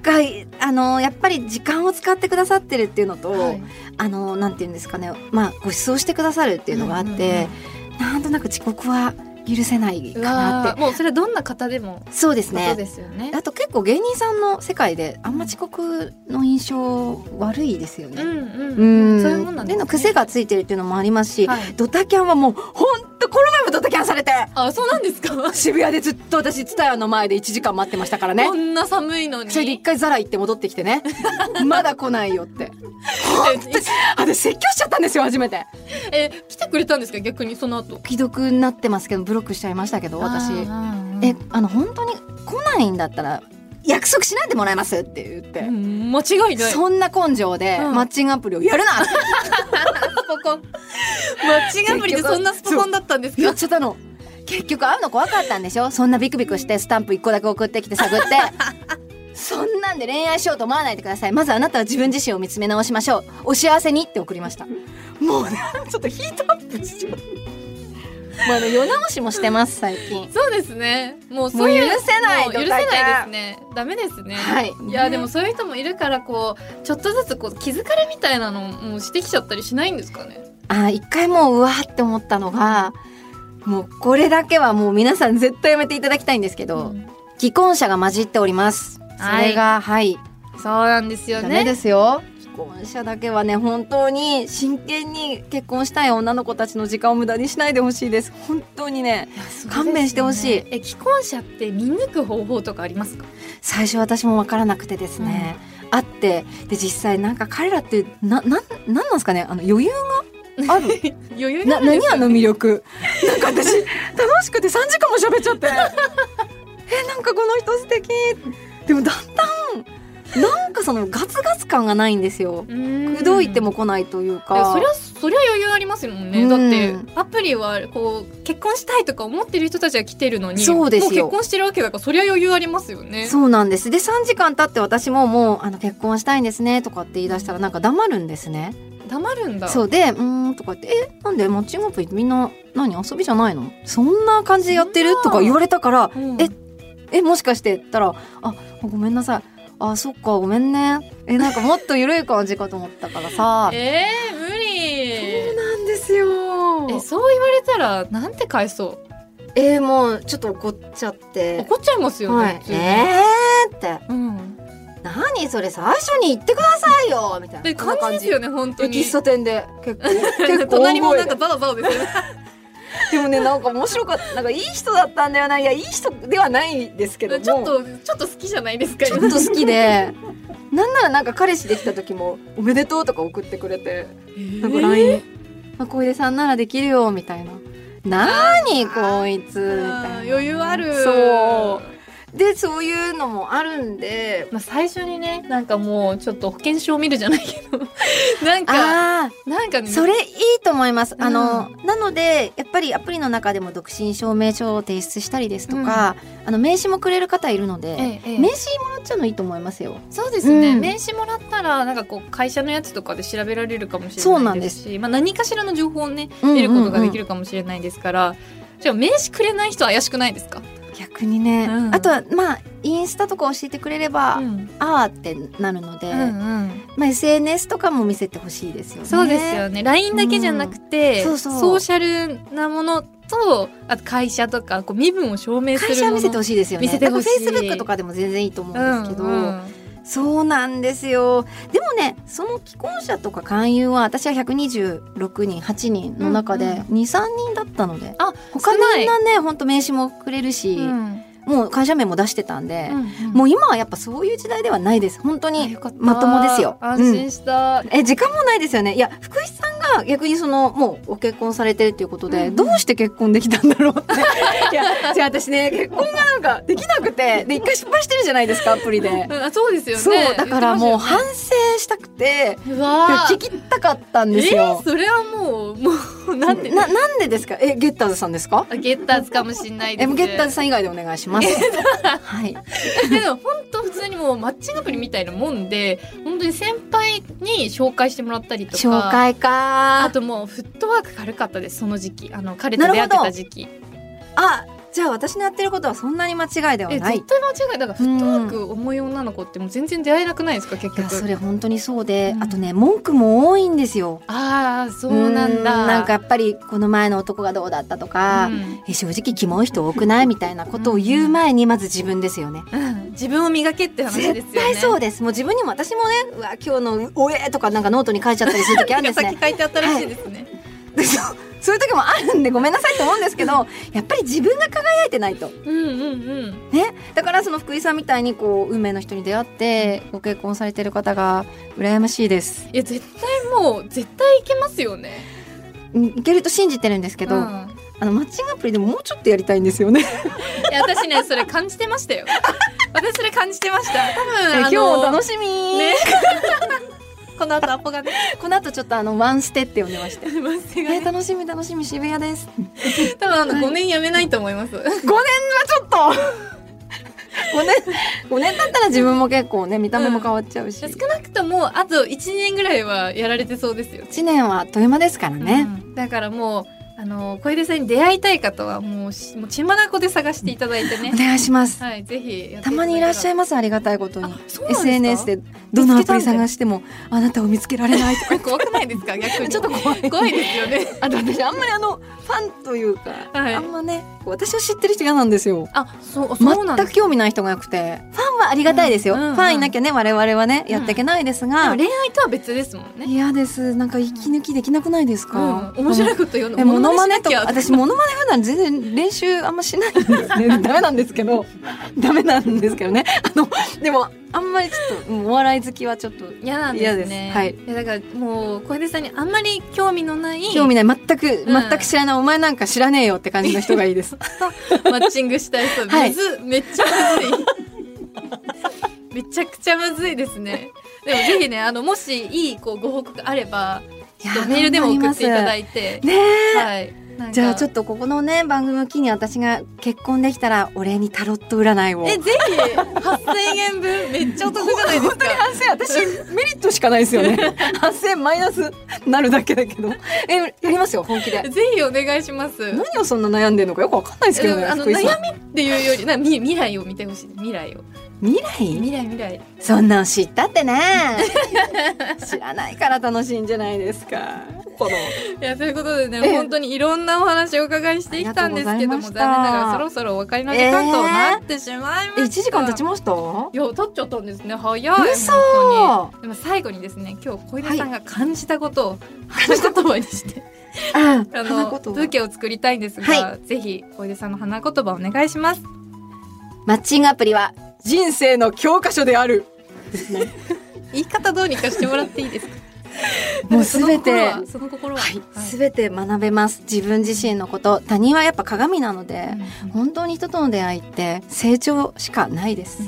[SPEAKER 2] があのやっぱり時間を使ってくださってるっていうのと、
[SPEAKER 1] はい
[SPEAKER 2] あのなんていうんですかねまあご馳走してくださるっていうのがあって、なんとなく遅刻は許せないか
[SPEAKER 1] う
[SPEAKER 2] な
[SPEAKER 1] わ
[SPEAKER 2] っ
[SPEAKER 1] ーもうそれはどんな方でも
[SPEAKER 2] てそうです
[SPEAKER 1] こと
[SPEAKER 2] ね
[SPEAKER 1] ですよね。
[SPEAKER 2] あと結構芸人さんの世界であんま遅刻の印象悪いですよ
[SPEAKER 1] う
[SPEAKER 2] ね。
[SPEAKER 1] んうん
[SPEAKER 2] うん
[SPEAKER 1] そういうもんなんです、ね。
[SPEAKER 2] の癖がついてるっていうのもありますし、
[SPEAKER 1] はい
[SPEAKER 2] ドタキャンはもうほんとこの前もドタキャンされて
[SPEAKER 1] あそうなん ですか。
[SPEAKER 3] 渋谷でずっと私蔦屋の前で1時間待ってましたからね
[SPEAKER 1] こんな寒いのに。
[SPEAKER 3] それで一回ザラ行って戻ってきて ねまだ来ないよってあ私説教しちゃったんですよ初めて
[SPEAKER 1] ええ来てくれたんですか逆にその後。
[SPEAKER 2] 既読になってますけどブロックしちゃいましたけど私え
[SPEAKER 1] え
[SPEAKER 2] あの本当に来ないんだったら約束しないでもらえますって言って、
[SPEAKER 1] うん間違いない。
[SPEAKER 3] そんな根性で
[SPEAKER 1] うん
[SPEAKER 3] マッチングアプリをやるなって
[SPEAKER 1] マッチングアプリでそんなスポコンだったんです
[SPEAKER 3] 言
[SPEAKER 1] か
[SPEAKER 3] っ。ちゃったの
[SPEAKER 2] 結局会うの怖かったんでしょそんなビクビクしてスタンプ1個だけ送ってきて探って そんなんで恋愛しようと思わないでくださいまずあなたは自分自身を見つめ直しましょうお幸せにって送りました
[SPEAKER 3] もうねちょっとヒートアップしちゃう
[SPEAKER 2] まあ、ね、世直しもしてます最近
[SPEAKER 1] そうですね。もうそういう
[SPEAKER 2] もう許せない
[SPEAKER 1] もう許せないですね。ダメですね。
[SPEAKER 2] はい
[SPEAKER 1] いやでもそういう人もいるからこうちょっとずつこう気づかれみたいなのもうしてきちゃったりしないんですかね。
[SPEAKER 2] あ一回もううわーって思ったのがもうこれだけはもう皆さん絶対やめていただきたいんですけど、
[SPEAKER 1] うん
[SPEAKER 2] 既婚者が混じっておりますそれがはい、
[SPEAKER 1] そうなんですよ
[SPEAKER 2] ダ
[SPEAKER 1] ね
[SPEAKER 2] メ。ですよ既婚者だけはね本当に真剣に結婚したい女の子たちの時間を無駄にしないでほしいです本当にね勘弁してほしい
[SPEAKER 1] え既婚者って見抜く方法とかありますか
[SPEAKER 2] 最初私も分からなくてですね、あってで実際なんか彼らってななんなんなんですかねあの余裕がある
[SPEAKER 1] 余裕
[SPEAKER 2] な
[SPEAKER 1] なんです
[SPEAKER 2] 何
[SPEAKER 1] よ
[SPEAKER 2] あの魅力なんか私楽しくて3時間も喋っちゃってえなんかこの人素敵でもだんだんなんかそのガツガツ感がないんですよ
[SPEAKER 1] う
[SPEAKER 2] 口
[SPEAKER 1] ん
[SPEAKER 2] 説いても来ないという
[SPEAKER 1] いや
[SPEAKER 2] か
[SPEAKER 1] そりゃそりゃ余裕ありますもん
[SPEAKER 2] う
[SPEAKER 1] ね
[SPEAKER 2] ん
[SPEAKER 1] だってアプリはこう結婚したいとか思ってる人たちが来てるのに
[SPEAKER 2] そうですよ
[SPEAKER 1] もう結婚してるわけだからそりゃ余裕ありますよね
[SPEAKER 2] そうなんです。で、3時間経って私ももう、あの、結婚したいんですね、とかって言い出したら、なんか黙るんですね。
[SPEAKER 1] 黙るんだ
[SPEAKER 2] そうで、うーん、とか言って、え、なんでマッチングアプリってみんな、何遊びじゃないのそんな感じでやってる
[SPEAKER 1] そんな
[SPEAKER 2] とか言われたから、
[SPEAKER 1] うん。
[SPEAKER 2] ええ、もしかして、ったら、あ、ごめんなさい。あ、そっか、ごめんね。え、なんかもっと緩い感じかと思ったからさ
[SPEAKER 1] えー、無理
[SPEAKER 2] なんですよ
[SPEAKER 1] えそう言われたらなんて返そ
[SPEAKER 2] えもう、ちょっと怒っちゃっ
[SPEAKER 1] う
[SPEAKER 2] て。
[SPEAKER 1] 怒っちゃいますよね、
[SPEAKER 2] はい
[SPEAKER 1] 普。通に
[SPEAKER 2] えーって。
[SPEAKER 1] うん、
[SPEAKER 2] 何それ最初に言ってくださいよみたいな。
[SPEAKER 1] で感じですよね本当
[SPEAKER 2] で
[SPEAKER 1] に
[SPEAKER 2] 喫茶店で結 構結構
[SPEAKER 1] 隣もなんか
[SPEAKER 2] 大声で
[SPEAKER 1] バラバラですよね
[SPEAKER 2] でもねなんか面白かったなんかいい人だったんだよないやいい人ではないですけども
[SPEAKER 1] ちょっとちょっと好きじゃないですか
[SPEAKER 2] ちょっと好き でなんならなんか彼氏できた時も「おめでとう」とか送ってくれてなんか LINE、まあ小出さんならできるよ」みたいな「なーにこいつ」みたいな
[SPEAKER 1] 余裕ある
[SPEAKER 2] そうでそういうのもあるんで
[SPEAKER 1] まあ、最初にねなんかもうちょっと保険証を見るじゃないけど なんか
[SPEAKER 2] ああ
[SPEAKER 1] なんかね
[SPEAKER 2] それいいと思います。あの、
[SPEAKER 1] う
[SPEAKER 2] なのでやっぱりアプリの中でも独身証明書を提出したりですとか、あの名刺もくれる方いるので、
[SPEAKER 1] ええええ
[SPEAKER 2] 名刺もらっちゃうのいいと思いますよ。
[SPEAKER 1] そうですね、
[SPEAKER 2] うん
[SPEAKER 1] 名刺もらったらなんかこう会社のやつとかで調べられるかもし
[SPEAKER 2] そう
[SPEAKER 1] れ
[SPEAKER 2] な
[SPEAKER 1] なんい
[SPEAKER 2] で
[SPEAKER 1] ですすしまあ、何かしらの情報をね
[SPEAKER 2] うんうんうん
[SPEAKER 1] 得ることができるかもしれないですから、じゃあ名刺くれない人怪しくないですか、
[SPEAKER 2] 逆にね、
[SPEAKER 1] うん
[SPEAKER 2] あとはまあインスタとか教えてくれれば、
[SPEAKER 1] うん
[SPEAKER 2] あーってなるので、
[SPEAKER 1] うんうん
[SPEAKER 2] まあ SNS とかも見せてほしいですよね。
[SPEAKER 1] そうですよね LINE だけじゃなくて、
[SPEAKER 2] うんそうそう
[SPEAKER 1] ソーシャルなものとあと会社とかこう身分を証明する
[SPEAKER 2] 会社は見せて
[SPEAKER 1] ほし
[SPEAKER 2] ほしいですよね。
[SPEAKER 1] 見せてほしい
[SPEAKER 2] フェイスブックとかでも全然いいと思うんですけど、
[SPEAKER 1] うん
[SPEAKER 2] そうなんですよ。でもね、その既婚者とか勧誘は、私は126人、8人の中
[SPEAKER 1] うん
[SPEAKER 2] で2、3人だったので。
[SPEAKER 1] あ
[SPEAKER 2] 他
[SPEAKER 1] 少ない
[SPEAKER 2] みんなね、ほんと名刺もくれるし、
[SPEAKER 1] う
[SPEAKER 2] うん
[SPEAKER 1] ん
[SPEAKER 2] もう会社名も出してたんで、
[SPEAKER 1] も
[SPEAKER 2] もう今はやっぱそういう時代ではないです本当に
[SPEAKER 1] う
[SPEAKER 2] まともですよ
[SPEAKER 1] 安心した、
[SPEAKER 2] え時間もないですよねいや福士さんが逆にそのもうご結婚されてるっていうことで、
[SPEAKER 1] うん
[SPEAKER 2] どうして結婚できたんだろうって いやじゃあ私ね結婚がなんかできなくてで一回失敗してるじゃないですかアプリで
[SPEAKER 1] う。んあそうですよね
[SPEAKER 2] そうだからもう反省したくて
[SPEAKER 1] うわー
[SPEAKER 2] 聞きたかったん
[SPEAKER 1] え
[SPEAKER 2] です
[SPEAKER 1] ー
[SPEAKER 2] よ。
[SPEAKER 1] それはもうもうなんて
[SPEAKER 2] ななんでですかえゲッターズさんですか
[SPEAKER 1] ゲッターズかもしんないで
[SPEAKER 2] え
[SPEAKER 1] す、ね、
[SPEAKER 2] ゲッターズさん以外でお願いしま す。はい、
[SPEAKER 1] でも本当普通にもうマッチングアプリみたいなもんで本当に先輩に紹介してもらったりとか
[SPEAKER 2] 紹介か
[SPEAKER 1] あともうフットワーク軽かったですその時期あの彼と出会ってた時期
[SPEAKER 2] あじゃあ私のやってることはそんなに間違いでは
[SPEAKER 1] え
[SPEAKER 2] ない
[SPEAKER 1] 絶対間違いだからフットワーク重い女の子ってもう全然出会えなくないですか結
[SPEAKER 2] いやそ
[SPEAKER 1] 局
[SPEAKER 2] れ本当にそうで、
[SPEAKER 1] うん
[SPEAKER 2] あとね文句も多いんですよ。
[SPEAKER 1] ああそうなんだ
[SPEAKER 2] なんかやっぱりこの前の男がどうだったとか、
[SPEAKER 1] うん
[SPEAKER 2] え正直キモい人多くないみたいなことを言う前にまず自分ですよね。
[SPEAKER 1] うん自分を磨けって話ですよね
[SPEAKER 2] 絶対そうです。もう自分にも私もね、うわ今日のおえとかなんかノートに書いちゃったりする時あるん
[SPEAKER 1] な
[SPEAKER 2] で
[SPEAKER 1] ん
[SPEAKER 2] す
[SPEAKER 1] か
[SPEAKER 2] ね
[SPEAKER 1] 先。書いてあったらしいですね、
[SPEAKER 2] でそうそういう時もあるんでごめんなさいと思うんですけど、やっぱり自分が輝いてないと。
[SPEAKER 1] うんうんうん
[SPEAKER 2] ね、だからその福井さんみたいにこう運命の人に出会ってご結婚されてる方が羨ましいです。
[SPEAKER 1] いや絶対もう絶対いけますよね
[SPEAKER 2] うんいけると信じてるんですけど、
[SPEAKER 1] うん
[SPEAKER 2] あのマッチングアプリでももうちょっとやりたいんですよね。
[SPEAKER 1] いや私ねそれ感じてましたよ私それ感じてました多分 あの
[SPEAKER 2] しみ
[SPEAKER 1] ね この後アポがね
[SPEAKER 2] この後ちょっとあのワンステって呼んでまして。
[SPEAKER 1] マス
[SPEAKER 2] え
[SPEAKER 1] がね
[SPEAKER 2] ー、楽しみ楽しみ渋谷です。
[SPEAKER 1] 多分あの5年やめないと思います
[SPEAKER 2] 5年はちょっと。五年五年経ったら自分も結構ね見た目も変わっちゃうし。
[SPEAKER 1] 少なくともあと1年ぐらいはやられてそうですよ
[SPEAKER 2] 一年はあっという間ですからね。
[SPEAKER 1] うんだからもうあの小出さんに出会いたい方はもうしもう血眼で探していただいてね
[SPEAKER 2] お願いします。
[SPEAKER 1] はいぜひやって
[SPEAKER 2] たまにいらっしゃ
[SPEAKER 1] い
[SPEAKER 2] いますありがたいことに
[SPEAKER 1] あ。そうなんですか
[SPEAKER 2] SNS でどのアプリ探してもあなたを見つけられないと
[SPEAKER 1] た
[SPEAKER 2] か。
[SPEAKER 1] だいて怖くないですか逆に
[SPEAKER 2] ちょっと怖い。
[SPEAKER 1] 怖いですよね
[SPEAKER 2] あと私あんまりあのファンというか、
[SPEAKER 1] はい
[SPEAKER 2] あんまねこう私を知ってる人嫌なんですよ。
[SPEAKER 1] あそうそうなん
[SPEAKER 2] 全
[SPEAKER 1] です
[SPEAKER 2] く興味ない人がよくてファンはありがたいですよ、
[SPEAKER 1] うんうんうん
[SPEAKER 2] ファンいなきゃね我々はねやっていけないです
[SPEAKER 1] で
[SPEAKER 2] が、
[SPEAKER 1] も恋愛とは別ですもんね
[SPEAKER 2] 嫌ですなんか息抜きできなくないです
[SPEAKER 1] う
[SPEAKER 2] か、
[SPEAKER 1] ん面白いこと言う
[SPEAKER 2] え
[SPEAKER 1] の
[SPEAKER 2] モノマネ
[SPEAKER 1] しな
[SPEAKER 2] と
[SPEAKER 1] きゃ
[SPEAKER 2] か私モノマネ普段全然練習あんましないんですね ダメなんですけど ダメなんですけどね あのでもあんまりちょっとうんお笑い好きはちょっと
[SPEAKER 1] 嫌なんですね
[SPEAKER 2] 嫌ですはい
[SPEAKER 1] やだからもう小出さんにあんまり興味のない
[SPEAKER 2] 興味ない全く、
[SPEAKER 1] ん
[SPEAKER 2] 全く知らないお前なんか知らねえよって感じの人がい いです
[SPEAKER 1] マッチングしたい人、
[SPEAKER 2] はい
[SPEAKER 1] むずめっちゃむずい めちゃくちゃむずいですねでもぜひねあのもしいいこうご報告あれば
[SPEAKER 2] い
[SPEAKER 1] ちょっとメールでも送っていただ
[SPEAKER 2] て
[SPEAKER 1] いて
[SPEAKER 2] ね
[SPEAKER 1] はいなんか
[SPEAKER 2] じゃあちょっとここのね番組を機に私が結婚できたらお礼にタロット占いを
[SPEAKER 1] えぜひ8000円分めっちゃお得じゃないです か
[SPEAKER 2] 反省私メリットしかないですよね 反省マイナスなるだけだけどえやりますよ本気で
[SPEAKER 1] ぜひお願いします
[SPEAKER 2] 何をそんな悩んでるのかよくわかんないですけどね
[SPEAKER 1] あの
[SPEAKER 2] 福井さん
[SPEAKER 1] 悩みっていうよりなみ未来を見てほしい未来を
[SPEAKER 2] 未来
[SPEAKER 1] 未来未来
[SPEAKER 2] そんなん知ったって ね知らないから楽しいんじゃないですかこの
[SPEAKER 1] いやということでね
[SPEAKER 2] ええ
[SPEAKER 1] 本当にいろんなお話をお伺いしてきたんですけど
[SPEAKER 2] ありがとうございま
[SPEAKER 1] も
[SPEAKER 2] し
[SPEAKER 1] 残
[SPEAKER 2] た
[SPEAKER 1] 念ながらそろそろお別れの時間となってしまいました、
[SPEAKER 2] え1時間経ちました
[SPEAKER 1] いや経っちゃったんですね早い
[SPEAKER 2] 嘘
[SPEAKER 1] 本当にでも最後にですね今日小出さんが感じたことを花言葉にして、
[SPEAKER 2] あ
[SPEAKER 1] あ
[SPEAKER 2] 花
[SPEAKER 1] の
[SPEAKER 2] 言葉
[SPEAKER 1] ブーケを作りたいんですが、
[SPEAKER 2] は
[SPEAKER 1] ぜひ小出さんの花言葉お願いします
[SPEAKER 2] マッチングアプリは人生の教科書である
[SPEAKER 1] 言い方どうにかしてもらっていい ですか
[SPEAKER 2] もうすべて
[SPEAKER 1] でもその心は
[SPEAKER 2] は
[SPEAKER 1] その
[SPEAKER 2] い
[SPEAKER 1] 心は、
[SPEAKER 2] すべて学べます。自分自身のこと、他人はやっぱ鏡なので、本当に人との出会いって成長しかないです。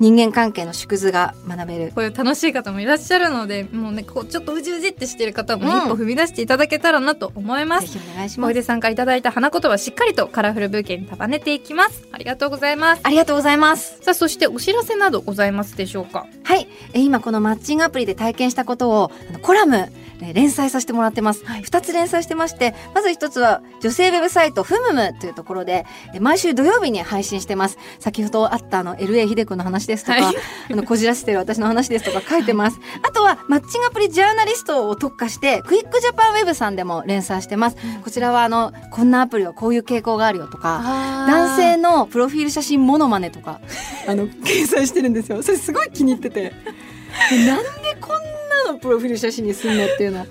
[SPEAKER 2] 人間関係の縮図が学べる。
[SPEAKER 1] こういう楽しい方もいらっしゃるのでもうねこうちょっとうじうじってしてる方も
[SPEAKER 2] うん
[SPEAKER 1] 一歩踏み出していただけたらなと思いま
[SPEAKER 2] ぜ
[SPEAKER 1] す、
[SPEAKER 2] ひお願いし
[SPEAKER 1] 小
[SPEAKER 2] ます。
[SPEAKER 1] 出さんからいただいた花言葉はしっかりとカラフルブーケに束ねていきますありがとうございます
[SPEAKER 2] ありがとうございます。
[SPEAKER 1] さあそしてお知らせなどございますでしょうか
[SPEAKER 2] はい、え今このマッチングアプリで体験したことをあのコラムえー連載させてもらってます。
[SPEAKER 1] はい
[SPEAKER 2] 二つ連載してまして、まず一つは女性ウェブサイトフムムというところで、え毎週土曜日に配信してます。先ほどあったあの LA 秀子の話ですとか、
[SPEAKER 1] はい
[SPEAKER 2] あのこじらせてる私の話 ですとか書いてます。あとはマッチングアプリジャーナリストを特化して、クイックジャパンウェブさんでも連載してます。こちらはあのこんなアプリはこういう傾向があるよとか、男
[SPEAKER 1] 男
[SPEAKER 2] 性のプロフィール写真モノマネとか あの掲載してるんですよそれすごい 気に入っててなんでこんなのプロフィール写真にすんのっていうの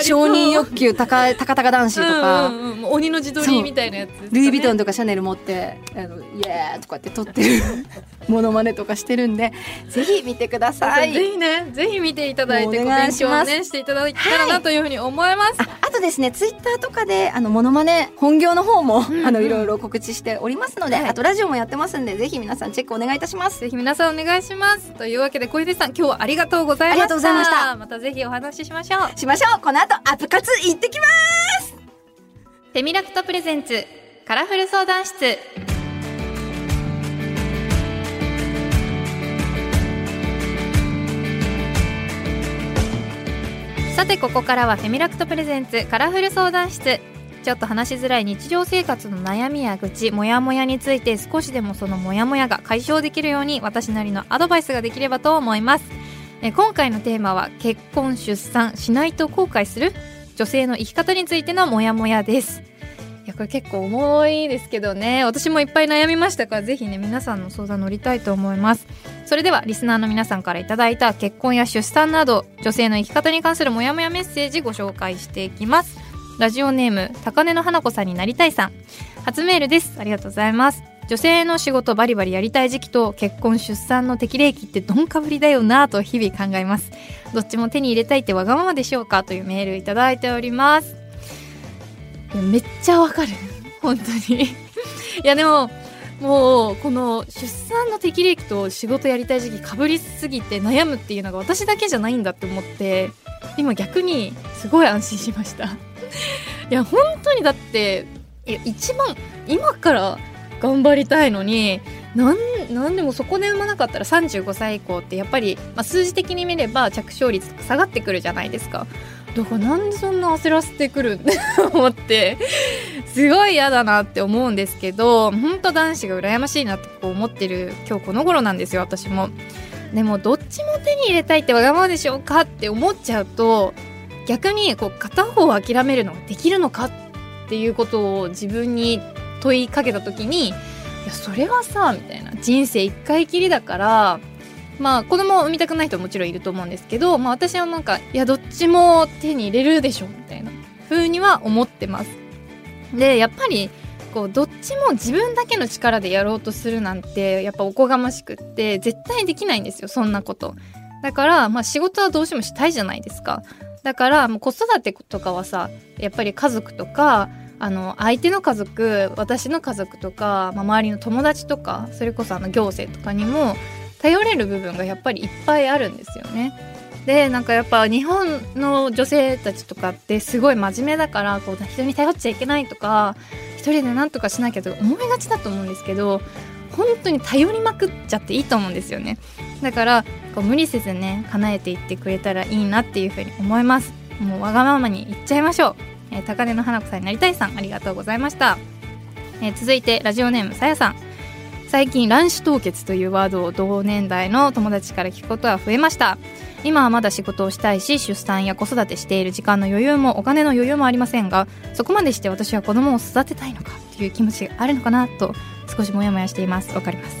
[SPEAKER 2] 承認欲求高い高々男子とか、
[SPEAKER 1] うんうんうんもう鬼の自撮りみたいなやつですかね、
[SPEAKER 2] ルイ・ヴィトン
[SPEAKER 1] と
[SPEAKER 2] とかシャネル持って「あのイエー!」とかって撮って るモノマネとかしてるんでぜひ見てください。
[SPEAKER 1] ぜひねぜひ見ていただいて
[SPEAKER 2] お
[SPEAKER 1] ご
[SPEAKER 2] 願い
[SPEAKER 1] 勉
[SPEAKER 2] し
[SPEAKER 1] 強
[SPEAKER 2] ま
[SPEAKER 1] を
[SPEAKER 2] す
[SPEAKER 1] ねしていただけたらなというふうに思います、
[SPEAKER 2] ああとですねツイッターとかであのモノマネ本業の方も、
[SPEAKER 1] ん
[SPEAKER 2] あのいろいろ告知しておりますので、あとラジオもやってますんでぜひ皆さんチェックお願いいたします。
[SPEAKER 1] ぜひ皆さんお願いしますというわけで小出さん今日はありがとうございました
[SPEAKER 2] ありがとうございました
[SPEAKER 1] またぜひお話ししましょう
[SPEAKER 2] しましょうこの後アップ活行ってきます
[SPEAKER 1] セミラクトプレゼンツカラフル相談室さてここからはフェミラクトプレゼンツカラフル相談室ちょっと話しづらい日常生活の悩みや愚痴モヤモヤについて少しでもそのモヤモヤが解消できるように私なりのアドバイスができればと思いますえ今回のテーマは結婚出産しないと後悔する女性の生き方についてのモヤモヤですいやこれ結構重いですけどね私もいっぱい悩みましたからぜひね皆さんの相談乗りたいと思いますそれではリスナーの皆さんからいただいた結婚や出産など女性の生き方に関するモヤモヤメッセージご紹介していきますラジオネーム高根の花子さんになりたいさん初メールですありがとうございます女性の仕事バリバリやりたい時期と結婚出産の適齢期ってどんかぶりだよなぁと日々考えますどっちも手に入れたいってわがままでしょうかというメールいただいておりますいやめっちゃわかる 本当にいやでももうこの出産の適齢期と仕事やりたい時期かぶりすぎて悩むっていうのが私だけじゃないんだって思って今逆にすごい安心しました いや本当にだっていや一番今から頑張りたいのになんなんでもそこで産まなかったら35歳以降ってやっぱり、まあ、数字的に見れば着床率とか下がってくるじゃないですかだからなんでそんな焦らせてくるんって思ってすごい嫌だなって思うんですけど本当男子が羨ましいなってこう思ってる今日この頃なんですよ私もでもどっちも手に入れたいってわがままでしょうかって思っちゃうと逆にこう片方を諦めるのができるのかっていうことを自分に問いかけた時にいやそれはさみたいな人生一回きりだからまあ子供を産みたくない人ももちろんいると思うんですけど、まあ、私はなんかいやどっちも手に入れるでしょみたいな風には思ってますでやっぱりこうどっちも自分だけの力でやろうとするなんてやっぱおこがましくって絶対できないんですよそんなことだから、まあ、仕事はどうしてもしたいじゃないですかだからもう子育てとかはさやっぱり家族とかあの相手の家族私の家族とか、まあ、周りの友達とかそれこそあの行政とかにも頼れる部分がやっぱりいっぱいあるんですよね。でなんかやっぱ日本の女性たちとかってすごい真面目だからこう人に頼っちゃいけないとか一人で何とかしなきゃとか思いがちだと思うんですけど本当に頼りまくっちゃっていいと思うんですよねだからこう無理せずね叶えていってくれたらいいなっていうふうに思いますもうわがままに言っちゃいましょうえー高根の花子さんになりたいさんありがとうございました、えー続いてラジオネームさやさん最近卵子凍結というワードを同年代の友達から聞くことは増えました今はまだ仕事をしたいし出産や子育てしている時間の余裕もお金の余裕もありませんがそこまでして私は子供を育てたいのかという気持ちがあるのかなと少しモヤモヤしていますわかります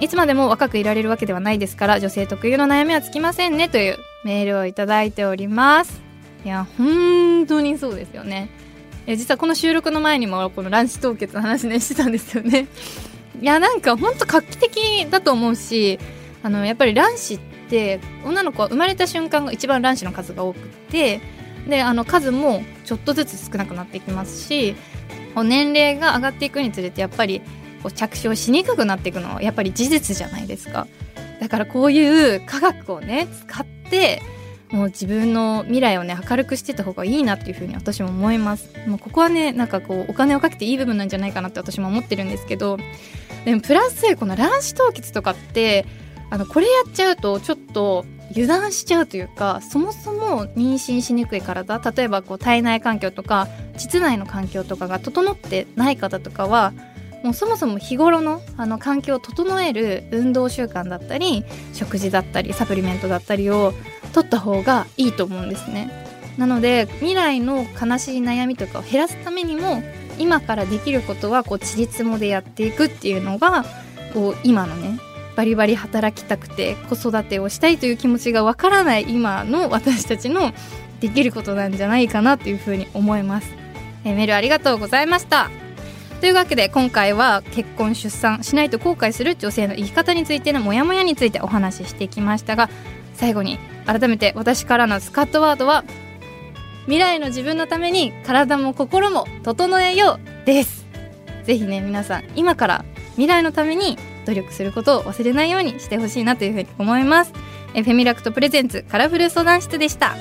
[SPEAKER 1] いつまでも若くいられるわけではないですから女性特有の悩みはつきませんねというメールをいただいておりますいや本当にそうですよねえ実はこの収録の前にもこの卵子凍結の話ねしてたんですよねいやなんか本当画期的だと思うしあのやっぱり卵子って女の子は生まれた瞬間が一番卵子の数が多くってであの数もちょっとずつ少なくなっていきますしこう年齢が上がっていくにつれてやっぱりこう着床しにくくなっていくのはやっぱり事実じゃないですかだからこういう科学をね使ってもう自分の未来をね明るくしてた方がいいなっていうふうに私も思いますもうここはねなんかこうお金をかけていい部分なんじゃないかなって私も思ってるんですけどでもプラスこの卵子凍結とかってあのこれやっちゃうとちょっと油断しちゃうというかそもそも妊娠しにくい体例えばこう体内環境とか膣内の環境とかが整ってない方とかはもうそもそも日頃のあの環境を整える運動習慣だったり食事だったりサプリメントだったりを取った方がいいと思うんですね。なので未来の悲しい悩みとかを減らすためにも今からできることはこうちりつもでやっていくっていうのがこう今のねバリバリ働きたくて子育てをしたいという気持ちがわからない今の私たちのできることなんじゃないかなというふうに思います、えーメールありがとうございましたというわけで今回は結婚出産しないと後悔する女性の生き方についてのモヤモヤについてお話ししてきましたが最後に改めて私からのスカットワードは未来の自分のために体も心も整えようですぜひね皆さん今から未来のために努力することを忘れないようにしてほしいなというふうに思いますえフェミラクトプレゼンツカラフル相談室でした